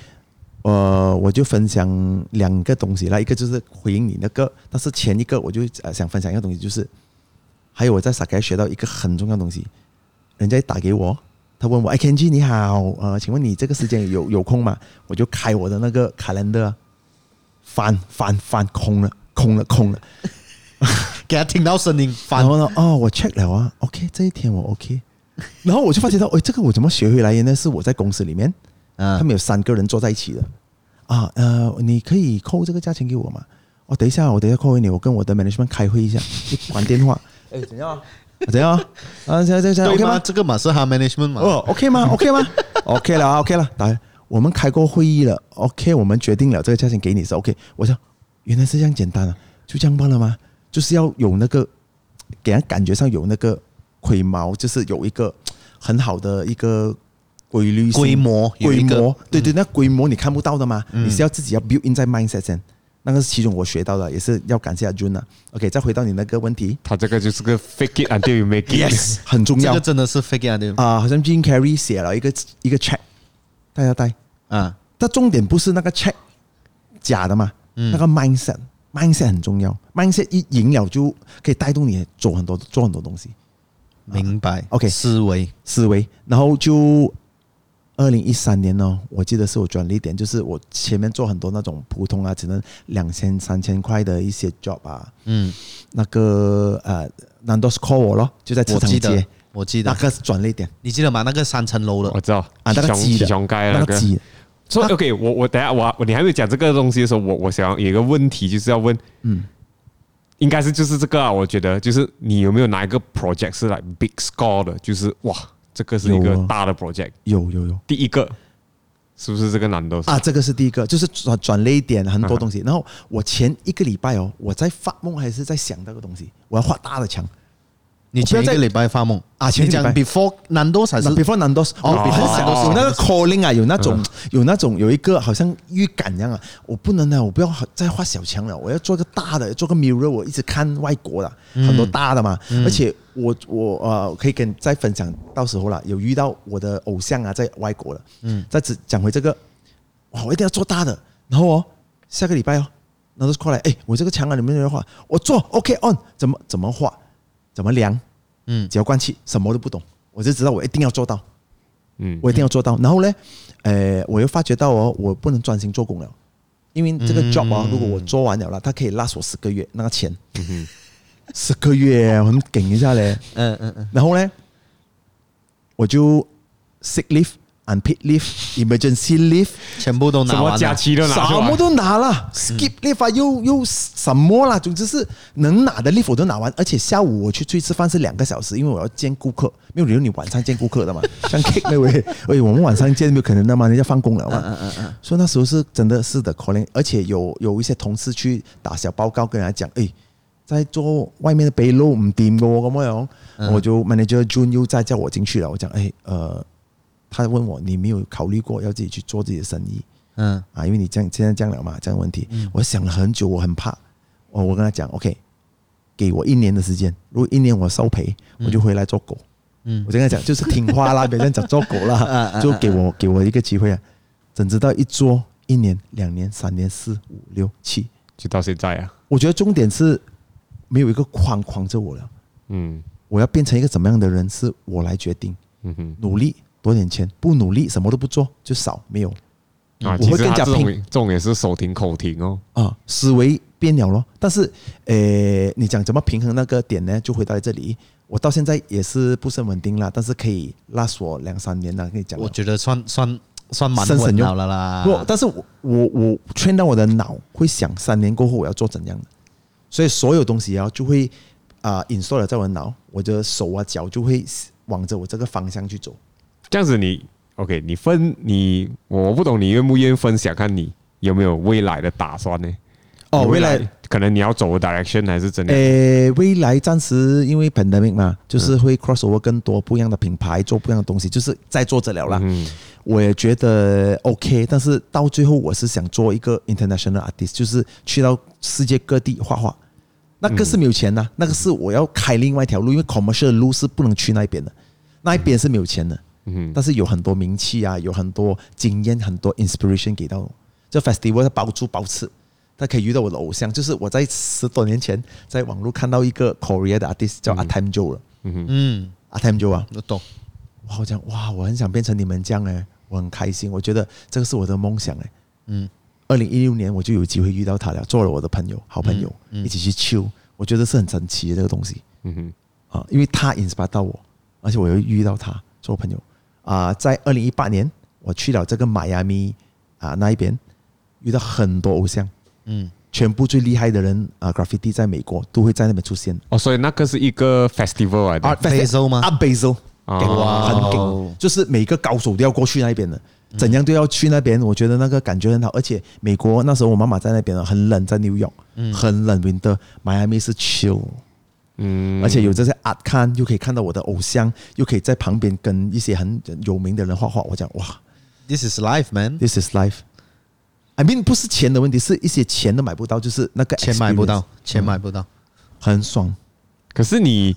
呃，我就分享两个东西啦，一个就是回应你那个，但是前一个我就呃想分享一个东西，就是还有我在撒开学到一个很重要的东西，人家打给我，他问我，哎，Kenji 你好，呃，请问你这个时间有有空吗？我就开我的那个 calendar，啊翻翻翻空了，空了，空了，
给他听到声音
然
翻
后呢，哦，我 check 了啊，OK，这一天我 OK，然后我就发觉到，哎，这个我怎么学回来的呢？是我在公司里面。他
啊
们有三个人坐在一起的啊，呃，你可以扣这个价钱给我吗？哦，等一下，我等一下扣给你，我跟我的 management 开会一下，一管电话。 哎，怎样啊？怎样啊？啊，这样这样这样
对
OK
吗？
吗？
这个嘛是他 management 嘛？
哦，OK 吗？OK 吗？OK 了啊，OK 了，打。我们开过会议了，OK，我们决定了这个价钱给你是 OK。我想原来是这样简单啊，就这样罢了吗？就是要有那个给人感觉上有那个盔毛，就是有一个很好的一个规律性
规模有
规
一个嗯
模，对对，那规模你看不到的嘛，你是要自己要 build in 在 mindset 先。那个是其中我学到的，也是要感谢阿 Jun 啊。OK，再回到你那个问题
他这个就是个 fake it until you make it。
很重
这
要啊、
个真的是 fake out 的
好像 Jim Carrey 写了一个一个 check，大家带。
啊。
但重点不是那个 check 假的嘛，
嗯
那个 mindset mindset 很重要，mindset 一赢了就可以带动你做很多做很多东西
明白
OK
思维
思维，然后就二零一三年呢，我记得是我转了一点，就是我前面做很多那种普通啊，只能两千三千块的一些 job 啊，
嗯，
那个呃，难道是 call 我咯，就在
我
市场
记
街
得，，我记
那
得，
个是转了一点
你记得吗？那个三层楼的
我知道
啊，那个鸡的，
熊盖那
那个
个。
鸡的，啊
所以 OK，我我等下我我你还没有讲这个东西的时候，我我想有一个问题就是要问，
嗯，
应该是就是这个啊，我觉得就是你有没有哪一个 project 是 like big score 的，就是哇，这个是一个
有啊
大的 project，
有有有。
第一个是不是这个难度？
啊，这个是第一个，就是转转了一点很多
嗯
东西。然后我前一个礼拜哦，我在发梦还是在想这个东西，我要画大的墙。
你前一个礼拜发梦
啊前一
你
个礼
讲
拜
before 难度才是
那 before 难多，我
哦
很
before
想
Nandos
有那个 calling 啊，有那种有那种有一个好像预感一样啊，我不能了，我不要再画小墙了，我要做个大的，做个 mirror。我一直看外国的很多大的嘛，而且我我呃可以跟再分享，到时候啦，有遇到我的偶像啊，在外国的，嗯，再只讲回这个哇，我一定要做大的。然后哦，下个礼拜哦，然后就过来，哎，我这个墙啊，你们有人画，我做 OK on，怎么怎么画，怎么量，
嗯
只要灌气，什么都不懂，我就知道我一定要做到，
嗯，
我一定要做到。然后呢，呃，我又发觉到哦，我不能专心做工了，因为这个
嗯
job 啊，如果我做完了啦，它可以拉我十个月那个钱，十个月我们顶一下嘞。
嗯嗯嗯
然后呢，我就 sick leave、unpaid leave、emergency leave。
全部都
什
拿
么
完
假
了
期都拿
什
出来嗯
么都拿了，skip leave 啊又又什么啦，总之是能拿的 leave 我都拿完，而且下午我去出去吃饭是两个小时，因为我要见顾客，没有理由你晚上见顾客 的嘛，像 Kick 那位，喂，我们晚上见没有可能的嘛，人家放工了嘛，
嗯
所以那时候是真的是的可能，而且有有一些同事去打小报告跟人家讲，诶，在做外面的背篓唔掂嘅喎咁樣，
嗯
我就 manager June 又再叫我进去了，我讲诶，呃，他问我你没有考虑过要自己去做自己的生意，
嗯
啊，因为你这样现在这样了嘛，这样的问题，我想了很久，我很怕，哦我我跟他讲，OK，给我一年的时间，如果一年我收赔，我就回来做狗。
嗯
我就跟他讲，就是听话啦，别这样讲做狗啦，就给我给我一个机会啊。怎知道一做一年、两年、三年、四五六七，
就到现在啊，
我觉得重点是没有一个框框着我了，
嗯
我要变成一个怎么样的人，是我来决定。
嗯哼。
努力多点钱，不努力什么都不做就少，没有。
啊，
我
其
会
实
更
他
加
这种
拼
这种也是手停口停哦。
啊，思维变了咯。但是，呃，你讲怎么平衡那个点呢？就回到这里，我到现在也是不是很稳定啦，但是可以拉我两三年了，跟你讲了。
我觉得算算算蛮
生死
稳
用
了了啦。
不，但是我我我劝到我的脑会想三年过后我要做怎样的，所以所有东西啊就会啊、呃 install 了在我的脑，我的手啊脚就会往着我这个方向去走。
这样子你 OK，你分你我不懂你愿不愿意分享，看你有没有未来的打算呢？
哦，
你
未来
可能你要走的 direction 还是真的，嗯
呃，未来暂时因为 pandemic 嘛，就是会 crossover 更多不一样的品牌，做不一样的东西，就是在做着了啦。
嗯
我也觉得 OK，但是到最后我是想做一个 international artist，就是去到世界各地画画。那个是没有钱呐、那个是我要开另外一条路，因为 commercial 的路是不能去那边的，那一边是没有钱的。
嗯
但是有很多名气啊，有很多经验，很多 inspiration 给到我。这 festival 它包住包吃，它可以遇到我的偶像，就是我在十多年前在网络看到一个 Korea 的 artist 叫 Atam Joe 了、
嗯，
a t a m Joe 啊，
我懂。
我好讲哇，我很想变成你们这样哎、我很开心，我觉得这个是我的梦想哎、
嗯，
二零一六年我就有机会遇到他了，做了我的朋友，好朋友，一起去 chill，我觉得是很神奇的这个东西
嗯哼，
啊，因为他 inspire 到我，而且我又遇到他做朋友啊，在二零一八年我去了这个迈阿密啊那一边，遇到很多偶像，
嗯，
全部最厉害的人啊，graffiti 在美国都会在那边出现
哦，所以那个是一个 festival 来的，
Art Basel 吗
啊，Basel，
哦
给我很
哦
顶，就是每个高手都要过去那边的，怎样都要去那边。我觉得那个感觉很好，而且美国那时候我妈妈在那边了，哦很冷，在纽约，很冷，winter，迈阿密是 chill，
嗯
而且有这些 art 看，又可以看到我的偶像，又可以在旁边跟一些很有名的人画画。我讲哇
This is life, man。
，this is life。I mean，不是钱的问题，是一些钱都买不到，就是那个
钱买不
experience
到，钱买不到。
很爽。
可是你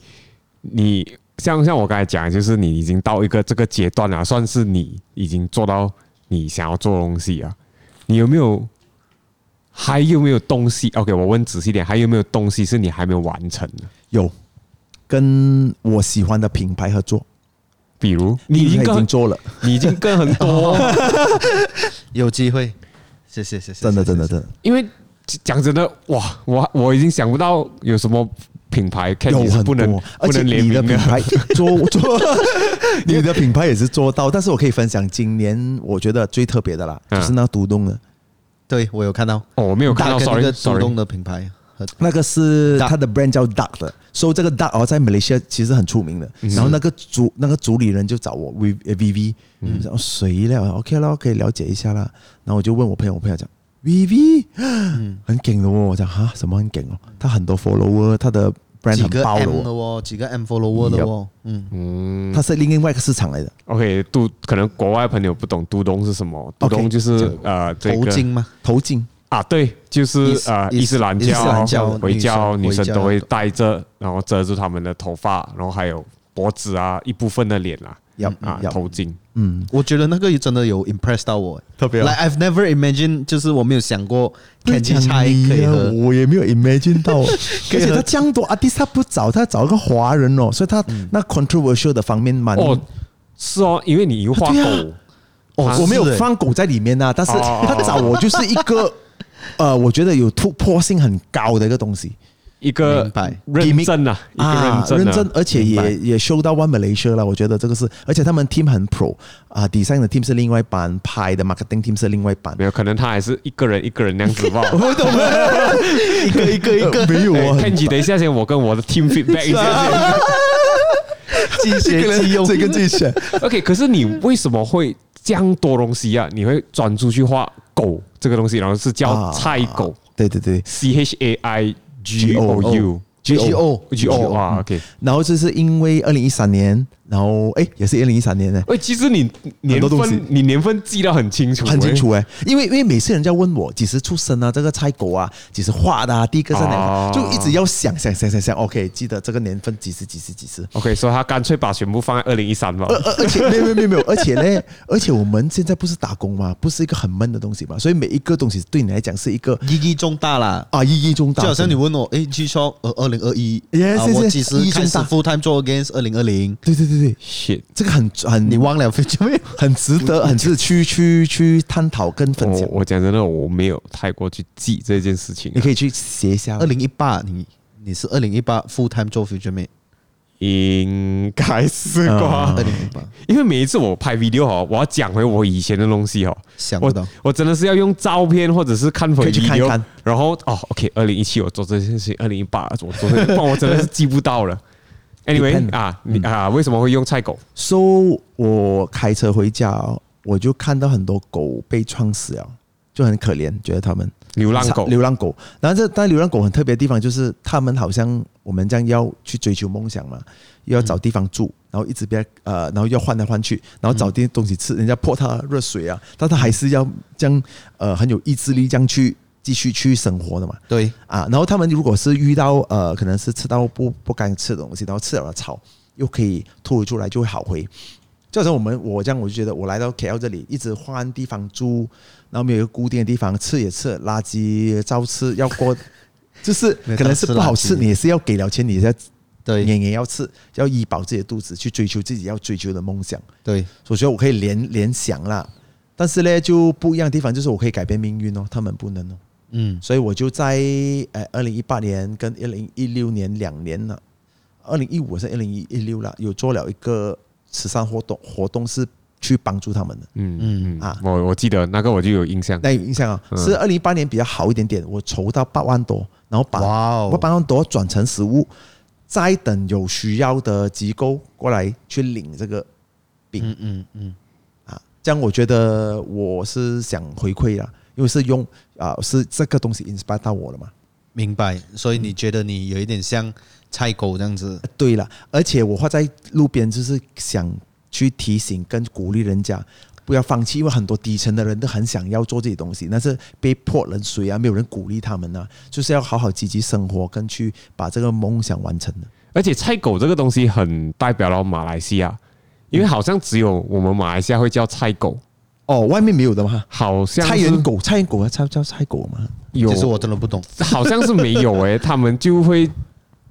你像像我刚才讲的，就是你已经到一个这个阶段了，算是你已经做到你想要做的东西啊。你有没有还有没有东西？OK，我问仔细点，还有没有东西是你还没有完成的？
有跟我喜欢的品牌合作，
比如你已
因
经
为他已
跟
经做了，
你已经跟很 多，
有机会，谢谢谢谢，
真的
谢
真的
谢谢谢
真的。
因为讲真的，哇，我我已经想不到有什么品牌 c a
有
是
很
不
多，
能
而
不
且
能联
你的品
名的。
牌做做， 你的品牌也是做到。但是我可以分享今年我觉得最特别的啦，
嗯
就是那独栋的，
对我有看到，
哦，我没有看
大
到
跟那
，sorry
个主
sorry
动。的品牌和
那个是
Duck
它的 brand 叫 Duck 的，所以这个 Duck 哦在马来西亚其实很出名的。
嗯
然后那个主那个主理人就找我 V 呃 V V，然
嗯
后哦谁了？OK 了，可以了解一下啦。然后我就问我朋友，我朋友讲 V V，很
嗯
梗的哦。我讲哈什么很梗哦？他很多 follower，他的 brand
几
很
个
爆的
M 的
哦，
哦，几个 M follower 的哦，嗯，
嗯
他是另外一个市场来的。
，OK，杜可能国外朋友不懂杜东是什么，杜东就是呃这
头
个
巾吗？
头巾，
啊，对，就是
伊斯
呃
伊斯
伊斯兰
伊斯
教
兰教
回教
女生
女生
回教
都会戴着，然后遮住他们的头发，然后还有脖子啊一部分的脸啦
要
啊
要
头巾，
嗯，
我觉得那个真的有 impress 到我，
特别啊
Like I've never imagined，就是我没有想过 Candy
拆
拆可以和
啊我也没有 imagine 到。
可
而
以喝
且他这样多 artist，他不找他找一个华人哦，所以他
嗯
那 controversial 的方面蛮。
哦，是哦，因为你有画
啊对啊
狗，
哦，我没有
是欸
放狗在里面呐、但是
哦哦哦
他找我就是一个。呃，我觉得有突破性很高的一个东西
一个
明白
认证啊，一
啊，
个
认
认
真
证，啊，
而且
明白
也也修到 One Malaysia 了。我觉得这个是，而且他们 team 很 pro 啊，design 的 team 是另外一班，拍的 marketing team 是另外一班。
没有可能他还是一个人一个人那样子吧。
我懂了，一个一 个一个，没有啊，
k e n j i 等一下先，我跟我的 team feedback 一下先。
机械机用，
这个自己选。
OK，可是你为什么会这样多东西啊？你会转出去画狗这个东西，然后是叫
啊
菜狗
对对对，
C H A I G O U
G O
G O 啊，OK。
然后就是因为二零一三年，然后哎，也是二零一三年呢，
喂，其实你
很
年
多东西
份你年份记得很清楚，
很清。楚哎，因为因为每次人家问我几时出生啊，这个菜狗啊，几时画的啊，第一个是哪
哦
个，就一直要想想想想想，OK，记得这个年份几时几时几时。呃
OK，所以他干脆把全部放在二零一三吧。
而而且没有没有没有没有，而且呢，而且我们现在不是打工嘛，不是一个很闷的东西嘛，所以每一个东西对你来讲是一个
意义重大啦。
啊意义重大。
就好像你问我，诶 g Shock 呃二零二一，
Yes,
啊
yes,
我
yes，
几时
意义
开
重
始
大
full time 做 against 二零二零？
对对对对，
shit，
这个很很
你忘了 future 没有？
很值得，很值得去去去探讨跟分
我
哦
享。
我讲真的，我没有太过去记这件事情啊
你。可以去写一下
二零一八，你你是二零一八 full time 做 future mate，
应该是吧
二。
嗯
零零八，
因为每一次我拍 video 哈，我要讲回我以前的东西哈，
想不到
我我真的是要用照片或者是看
可
回
以去看
video，
看
然后哦，OK，二零一七我做这件事情，二零一八我做这件事，不然我真的是记不 到了。Anyway
Depend 嗯
啊，你啊，为什么会用菜狗？
，so 我开车回家哦，我就看到很多狗被撞死了，就很可怜，觉得它们
流浪狗
流浪狗。然后这但流浪狗很特别的地方就是，它们好像我们这样要去追求梦想嘛，又要找地方住，
嗯
然后一直被呃，然后要换来换去，然后找点东西吃，人家泼它热水啊，但它还是要这样呃很有意志力这样去继续去生活的嘛。
对，
啊，然后他们如果是遇到呃，可能是吃到不不该吃的东西，然后吃了草，又可以吐出来，就会好回。就好像我们我这样，我就觉得我来到 KL 这里，一直换地方住，然后没有一个固定的地方，吃也吃，垃圾照吃，要 过，就是
没有
可能是
当吃
不好
垃
吃，
圾
你也是要给了钱，你也是要
对
你也要吃，要医保自己的肚子，去追求自己要追求的梦想。
对，
所以说我可以联联想啦，但是呢就不一样的地方就是我可以改变命运哦，他们不能哦。
嗯，
所以我就在呃二零一八年跟二零一六年两年了，二零一五是二零一六了，有做了一个慈善活动，活动是去帮助他们的。
嗯
嗯
嗯啊
啊，
我我记得那个我就有印象。
那有印象啊，
嗯
是二零一八年比较好一点点，我筹到八万多，然后把
哇哦
我八万多转成实物，再等有需要的机构过来去领这个
嗯嗯嗯，
啊，这样我觉得我是想回馈啦，因为是用啊、是这个东西 inspire 到我了嘛。
明白。所以你觉得你有一点像菜狗这样子，
对了，而且我画在路边，就是想去提醒跟鼓励人家不要放弃，因为很多底层的人都很想要做这些东西，但是被泼冷水啊，没有人鼓励他们啊，就是要好好积极生活，跟去把这个梦想完成的。
而且菜狗这个东西很代表了马来西亚，因为好像只有我们马来西亚会叫菜狗，
哦，外面没有的吗？
好像
菜
是
园狗，菜园狗啊，叫叫菜狗嘛，
有
其实我真的不懂，
好像是没有诶、他们就会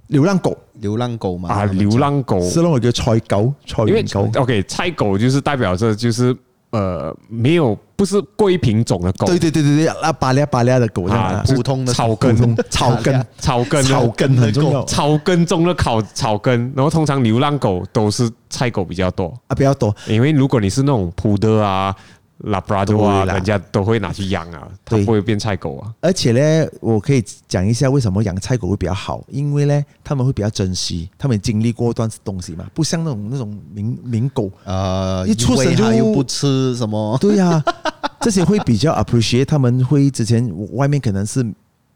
流浪狗，
流浪狗嘛？他
啊
们讲
流，浪狗，
是让我觉得菜狗，菜
因为
园狗。
OK 菜狗就是代表着就是呃没有不是贵品种的狗，
对对对对对，啊，巴拉巴拉的狗这样
啊
啊，
就是
普通的
草
狗
根
草根，
草根
草根很重要
草根中的烤草根，然后通常流浪狗都是菜狗比较多，
啊，不要多。
因为如果你是那种普的啊、拉布拉多啊，
对啦
人家都会拿去养啊，它
对
不会变菜狗啊。
而且呢，我可以讲一下为什么养菜狗会比较好，因为呢，他们会比较珍惜，他们经历过一段东西嘛，不像那种那种名名狗，
呃，
一出生
喂它
就
又不吃什么，
对呀、 这些会比较 appreciate，他们会之前外面可能是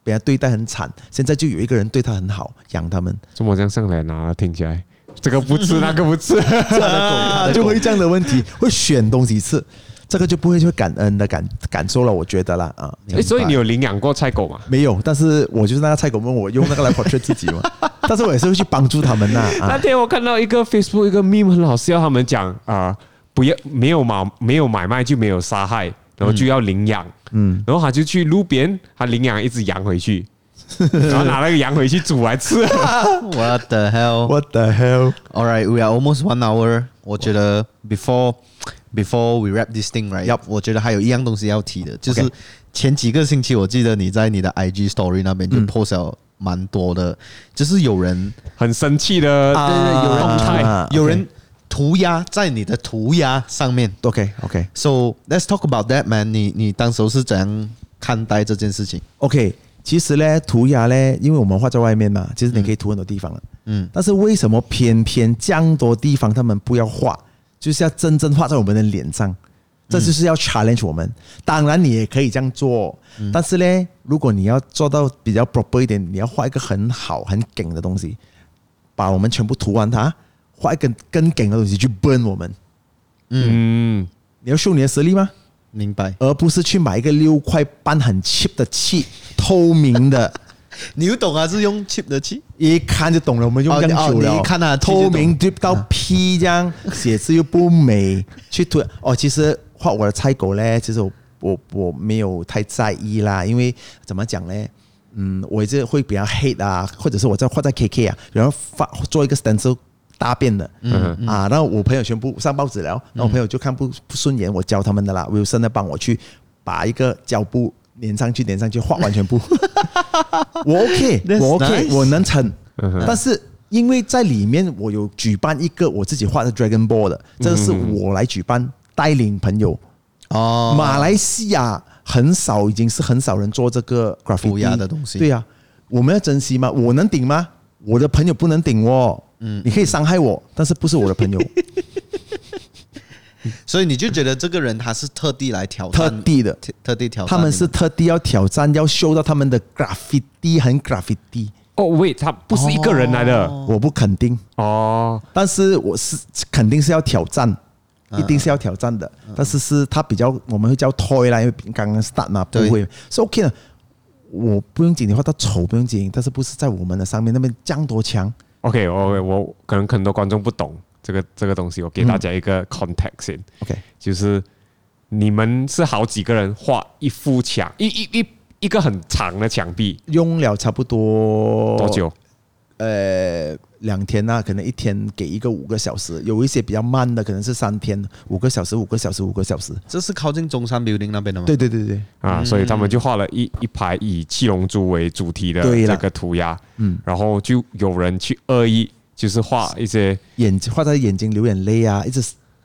被人家对待很惨，现在就有一个人对他很好，养他们，
怎么这样上来拿？听起来这个不吃，那个不吃。
啊就会这样的问题，会选东西吃，这个就不会去感恩的感感受了，我觉得啦啊。
诶所以你有领养过菜狗吗？
没有，但是我就是那个菜狗们，我用那个来 portray 自 己嘛，但是我也是会去帮助他们呐、啊。
那天我看到一个 Facebook 一个 meme 很好笑，他们讲啊、不要没有买没有买卖就没有杀害，然后就要领养，嗯，然后他就去路边，他领养一只羊回去，然后拿那个羊回去煮来吃。
What the hell？
What the hell？
All right, we are almost one hour. 我觉得 before before we wrap this thing right，
Yup
我觉得还有一样东西要提的，就是
Okay
前几个星期，我记得你在你的 IG story 那边就 post 了蛮多的，就是有人
很生气的
啊
动态。
啊，OK
有人涂鸦在你的涂鸦上面。
OK OK
So let's talk about that, man 你。你当时候是怎样看待这件事情？
OK，其实呢，涂鸦呢，因为我们画在外面嘛，其实你可以涂很多地方了。啊
嗯
但是为什么偏偏这样多地方他们不要画，就是要真正画在我们的脸上？
嗯
这就是要 challenge 我们。当然你也可以这样做，
嗯
但是呢，如果你要做到比较 proper 一点，你要画一个很好很梗的东西，把我们全部涂完它，画一个更梗的东西去 burn 我们。
嗯，
你要秀你的实力吗？
明白？
而不是去买一个六块半很 cheap 的漆，透明的，
你又懂啊？是用 cheap 的漆？
一看就懂了。我们用
哦
这样久了，
哦你一看啊漆就懂
透明 drip 到 P 这样，写字又不美，去涂哦。其实画我的菜狗嘞，其实我我我没有太在意啦，因为怎么讲嘞？嗯，我也是会比较 hate 啊，或者是我在画在 KK 啊，然后发做一个 stencil 大便的，
嗯
啊，然后我朋友全部上报纸了，然后我朋友就看不不顺眼，我教他们的啦，Wilson 呢帮我去把一个胶布粘上去，粘上去画完全部，我 OK，
That's
我 OK，
nice
我能成
嗯哼，
但是因为在里面我有举办一个我自己画的 Dragon Ball 的，这个是
嗯
我来举办，带领朋友。
哦，
马来西亚很少，已经是很少人做这个 graffiti
涂鸦的东西
对呀、我们要珍惜吗？我能顶吗？我的朋友不能顶哦。嗯，你可以伤害我，但是不是我的 朋友，
所以你就觉得这个人他是特地来挑
特
战，
地的，
特特地挑战
他们是
你
特地要挑战，要秀到他们的 graffiti 很 graffiti，
哦，wait，他不是一个人来的
哦
我不肯定，
哦，
但是我是肯定是要挑战，一定是要挑战的。但是是他比较，我们会叫 toy 啦，因为刚刚 start 嘛，不
对
会是 OK 的。我不用紧，你画到丑不用紧，但是不是在我们的上面那边降多强？
OK，我我可能很多观众不懂这个这个东西，我给大家一个 context 先，
OK，
就是你们是好几个人画一幅墙，一一一一个很长的墙壁，
用了差不多
多？久？
呃，两天呐、可能一天给一个五个小时，有一些比较慢的，可能是三天，五个小时，五个小时，五个小时。
这是靠近中山 building 那边的吗？
对对对对，
啊，所以他们就画了一一排以七龙珠为主题的
对啦
这个涂鸦，
嗯，
然后就有人去恶意，就是画一些
眼睛画在眼睛流眼泪啊，一直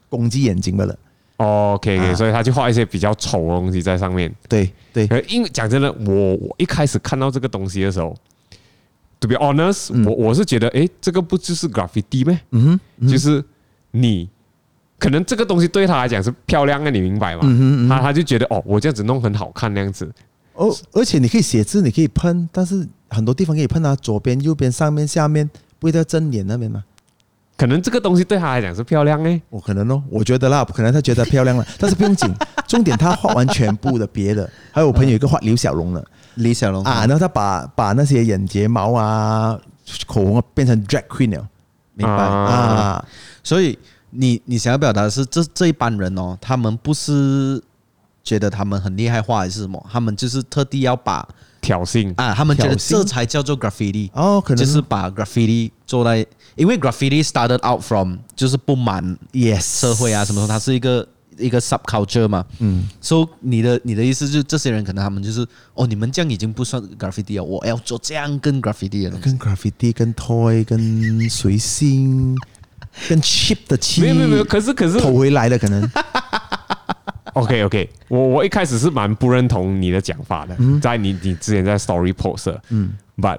攻击眼睛罢了。
哦 OK，, o k
啊
所以他就画一些比较丑的东西在上面。
对对，
呃，因为讲真的，我我一开始看到这个东西的时候，to be honest，、我我是觉得，诶，这个不就是 graffiti 咩？
嗯哼，
就是你可能这个东西对他来讲是漂亮的，你明白吗？
嗯
他他就觉得哦，我这样子弄很好看那样子。
哦，而且你可以写字，你可以喷，但是很多地方可以喷啊，左边、右边、上面、下面，不会在正脸那边吗？
可能这个东西对他来讲是漂亮诶，
我可能哦，我觉得啦， 可能他觉得漂亮了，但是不用紧，重点他画完全部的别的，还有我朋友有一个画刘小龙的。
李小
哦
龙
啊，然后他把把那些眼睫毛啊、口红啊变成 drag queen 了，明白
啊
啊？
所以你你想要表达的是，这这一班人哦，他们不是觉得他们很厉害画还是什么，他们就是特地要把
挑衅
啊，他们觉得
挑衅
这才叫做 graffiti，
哦，可能
就是把 graffiti 做在，因为 graffiti started out from 就是不满
yes
社会啊什么时候，它是一个一个 subculture 嘛，嗯，所、so, 你的你的意思就是这些人可能他们就是哦，你们这样已经不算 graffiti 了，我要做这样跟 graffiti 的东西
跟 graffiti、跟 toy、跟随性、跟 cheap 的气，
没有没有没有，可是可是
投回来的可 能
OK OK，我我一开始是蛮不认同你的讲法的，在你你之前在 Story Post，嗯，But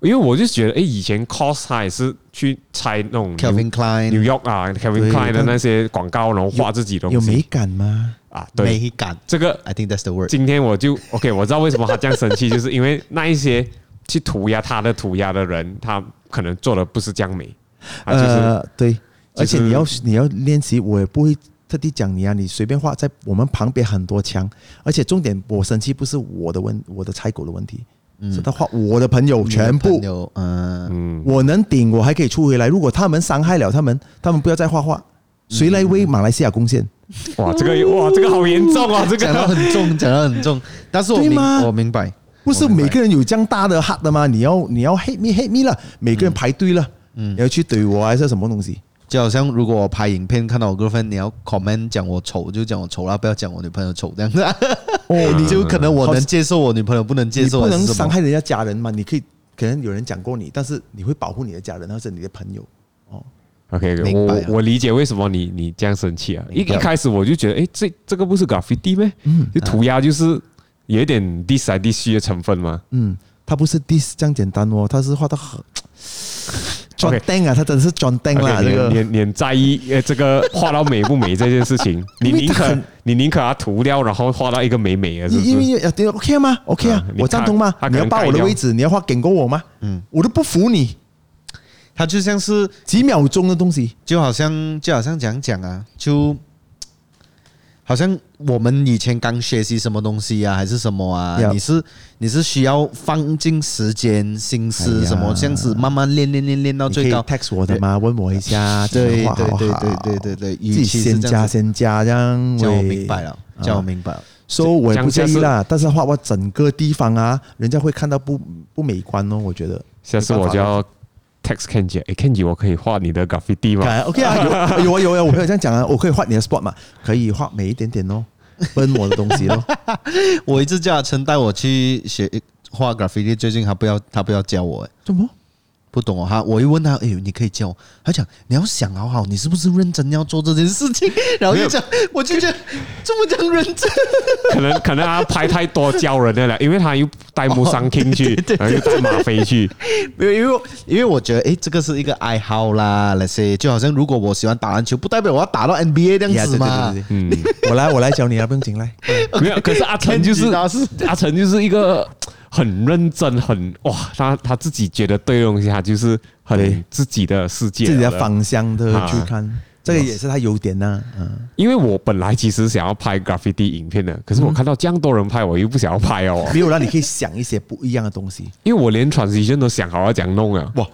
因为我就觉得，诶，以前 Cos 他也是去拆那种
Calvin Klein
New York 啊 Calvin
对
Klein 的
但
那些广告，然后画自己的
有
东
美
西
感吗？
啊，对，
美感
这个
，I think that's the word。
今天我就 OK，我知道为什么他这样生气，就是因为那一些去涂鸦他的涂鸦的人，他可能做的不是这样美，啊，就是
呃，对，而且
就是
你要你要练习，我也不会特地讲你啊，你随便画，在我们旁边很多枪，而且重点，我生气不是我的问，我的拆狗的问题，
嗯
是他画我的朋友全部。
有，嗯、
我能顶，我还可以出回来。如果他们伤害了他们，他们不要再画画，
嗯
谁来为马来西亚贡献？
哇，这个哇，这个好严重啊，这
讲到
个
很重，讲到很重，但是我
对
明
吗
我明白，
不是
我明白
每个人有这样大的 h 的吗？你要你要 hate me hate me 了，每个
嗯
人排队了，你要去怼我啊还是什么东西？
就好像如果我拍影片看到我 girlfriend，你要 comment 讲我丑就讲我丑啦，不要讲我女朋友丑这样子。哦，你就可能我能接受，我女朋友不能接
你
受，
不能
还是什么
伤害人家家人嘛？你可以，可能有人讲过你，但是你会保护你的家人或者你的朋友。
OK，
明
我
白
我
啊
了
我理解为什么你你这样生气啊！一
明白
一
了
开始我就觉得，诶，这这个不是 graffiti 咩？
嗯
就涂鸦就是有一点 dis 来 dis 去的成分嘛。
嗯，他不是 dis 这样简单哦，他是画的很 John
OK
Dang 啊，他真的是 John Dang 啦，
OK，
这个
你你你很在意呃这个画到美不美这件事情，你
因为
宁
它
可
很
你宁可它涂掉，然后画到一个美美的，是不
因因
是？
为要对 OK 吗？OK 啊
啊，你
我赞同吗
他？
你要
他可能
霸我
改
的
掉
位置，你要画给过我吗？嗯，我都不服你，
他就像是
几秒钟的东西，
就好像就好像讲讲啊，就好像我们以前刚学习什么东西啊，还是什么啊
Yeah
你是你是需要放进时间、心
哎
思
呀
什么，这样子慢慢练练练练到
你可
最
以
高。
text 我的吗？问我一下，这
对
样画好
对
不
对
好
对对对对，
自己
语气是
先
这样
加
子
先加，这样
叫我
喂
明白了，叫我明白了。
所以我也不
这
介
样
意啦，但是画我整个地方啊，人家会看到不不美观哦，我觉得。
下次我就要 text Kenji，诶 k e n j i 我可以画你的 graffiti 吗？
改 OK 啊，有有啊有啊有啊，我朋友这样讲啊，我可以画你的 spot 嘛，可以画美一点点 哦，分我的东西咯。
我一直叫阿琛带我去学画 graffiti，最近他不要他不要教我，欸
怎么？
不懂哦，他我一问他，哎呦，你可以教我，他讲你要想好好，你是不是认真要做这件事情？ 然后
没
就
有
讲，我就讲这么讲认真，
可能可能他拍太多教人的了，因为他又带
哦
木桑 king 去，然后又带马飞去，
没有，因为我因为我觉得，哎，这个是一个爱好啦，那些就好像如果我喜欢打篮球，不代表我要打到 NBA 这样子嘛。
对对对对，嗯，我来我来教你啊，不用 紧来，
没有。可是阿成就是
他是
阿成就是一个很认真，很哇，他他自己觉得对的东西，他就是很自己的世界，
自己的。方向的
啊
去看，这个也是他优点呐，嗯，
因为我本来其实想要拍 graffiti 影片的，可是我看到这样多人拍，我又不想要拍 哦，
没有让你可以想一些不一样的东西，
因为我连 transition 都想好要怎样弄了。哇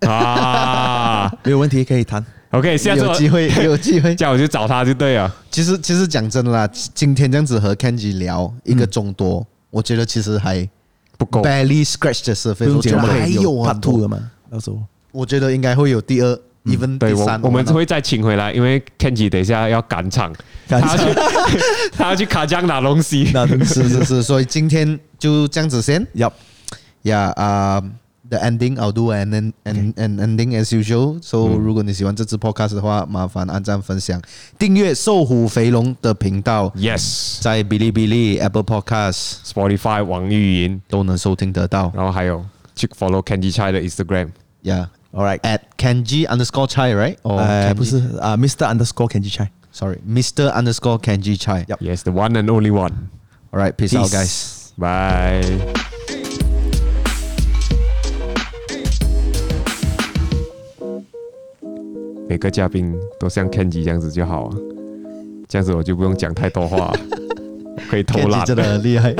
啊
没有问题可以谈。
，OK，下次
有
我
机会，有机会。
叫我去找他就对啊了。
其实其实讲真的啦，今天这样子和 Kenji 聊一个钟多，我觉得其实还
不够，
barely scratch the surface，
不用
我
紧
觉得
我们
还
可以有啊
有
part
很
two
多
的，嘛，到时候
我觉得应该会有第二、even
对
第
我
三，，
我们
玩到
会再请回来，因为 Kenji 等一下要赶场，
赶
他要去 他要去卡江拿东 西。
那真是
是是是，所以今天就这样子先
要
呀啊。The ending I'll do and then and and ending as usual. So、如果你喜欢这支 podcast 的话，麻烦按赞、分享、订阅瘦虎肥龙的频道，
Yes，Spotify
在哔哩哔哩、Apple Podcast
网易云，
都能收听得到。
然后还有去 follow Kenji Chai 的 Instagram。
Yeah,
all right，
at Kenji underscore Chai right? 哦、
呃，不是啊，Mr. Underscore Kenji Chai，
，sorry, Mr. underscore Kenji Chai.
Yup.
Yes，the one and only one。
All right, peace out,
Peace.
guys.
Bye。每个嘉宾都像 Kenji 这样子就好啊，这样子我就不用讲太多话，可以偷
Kenji
懒。
真的很厉害。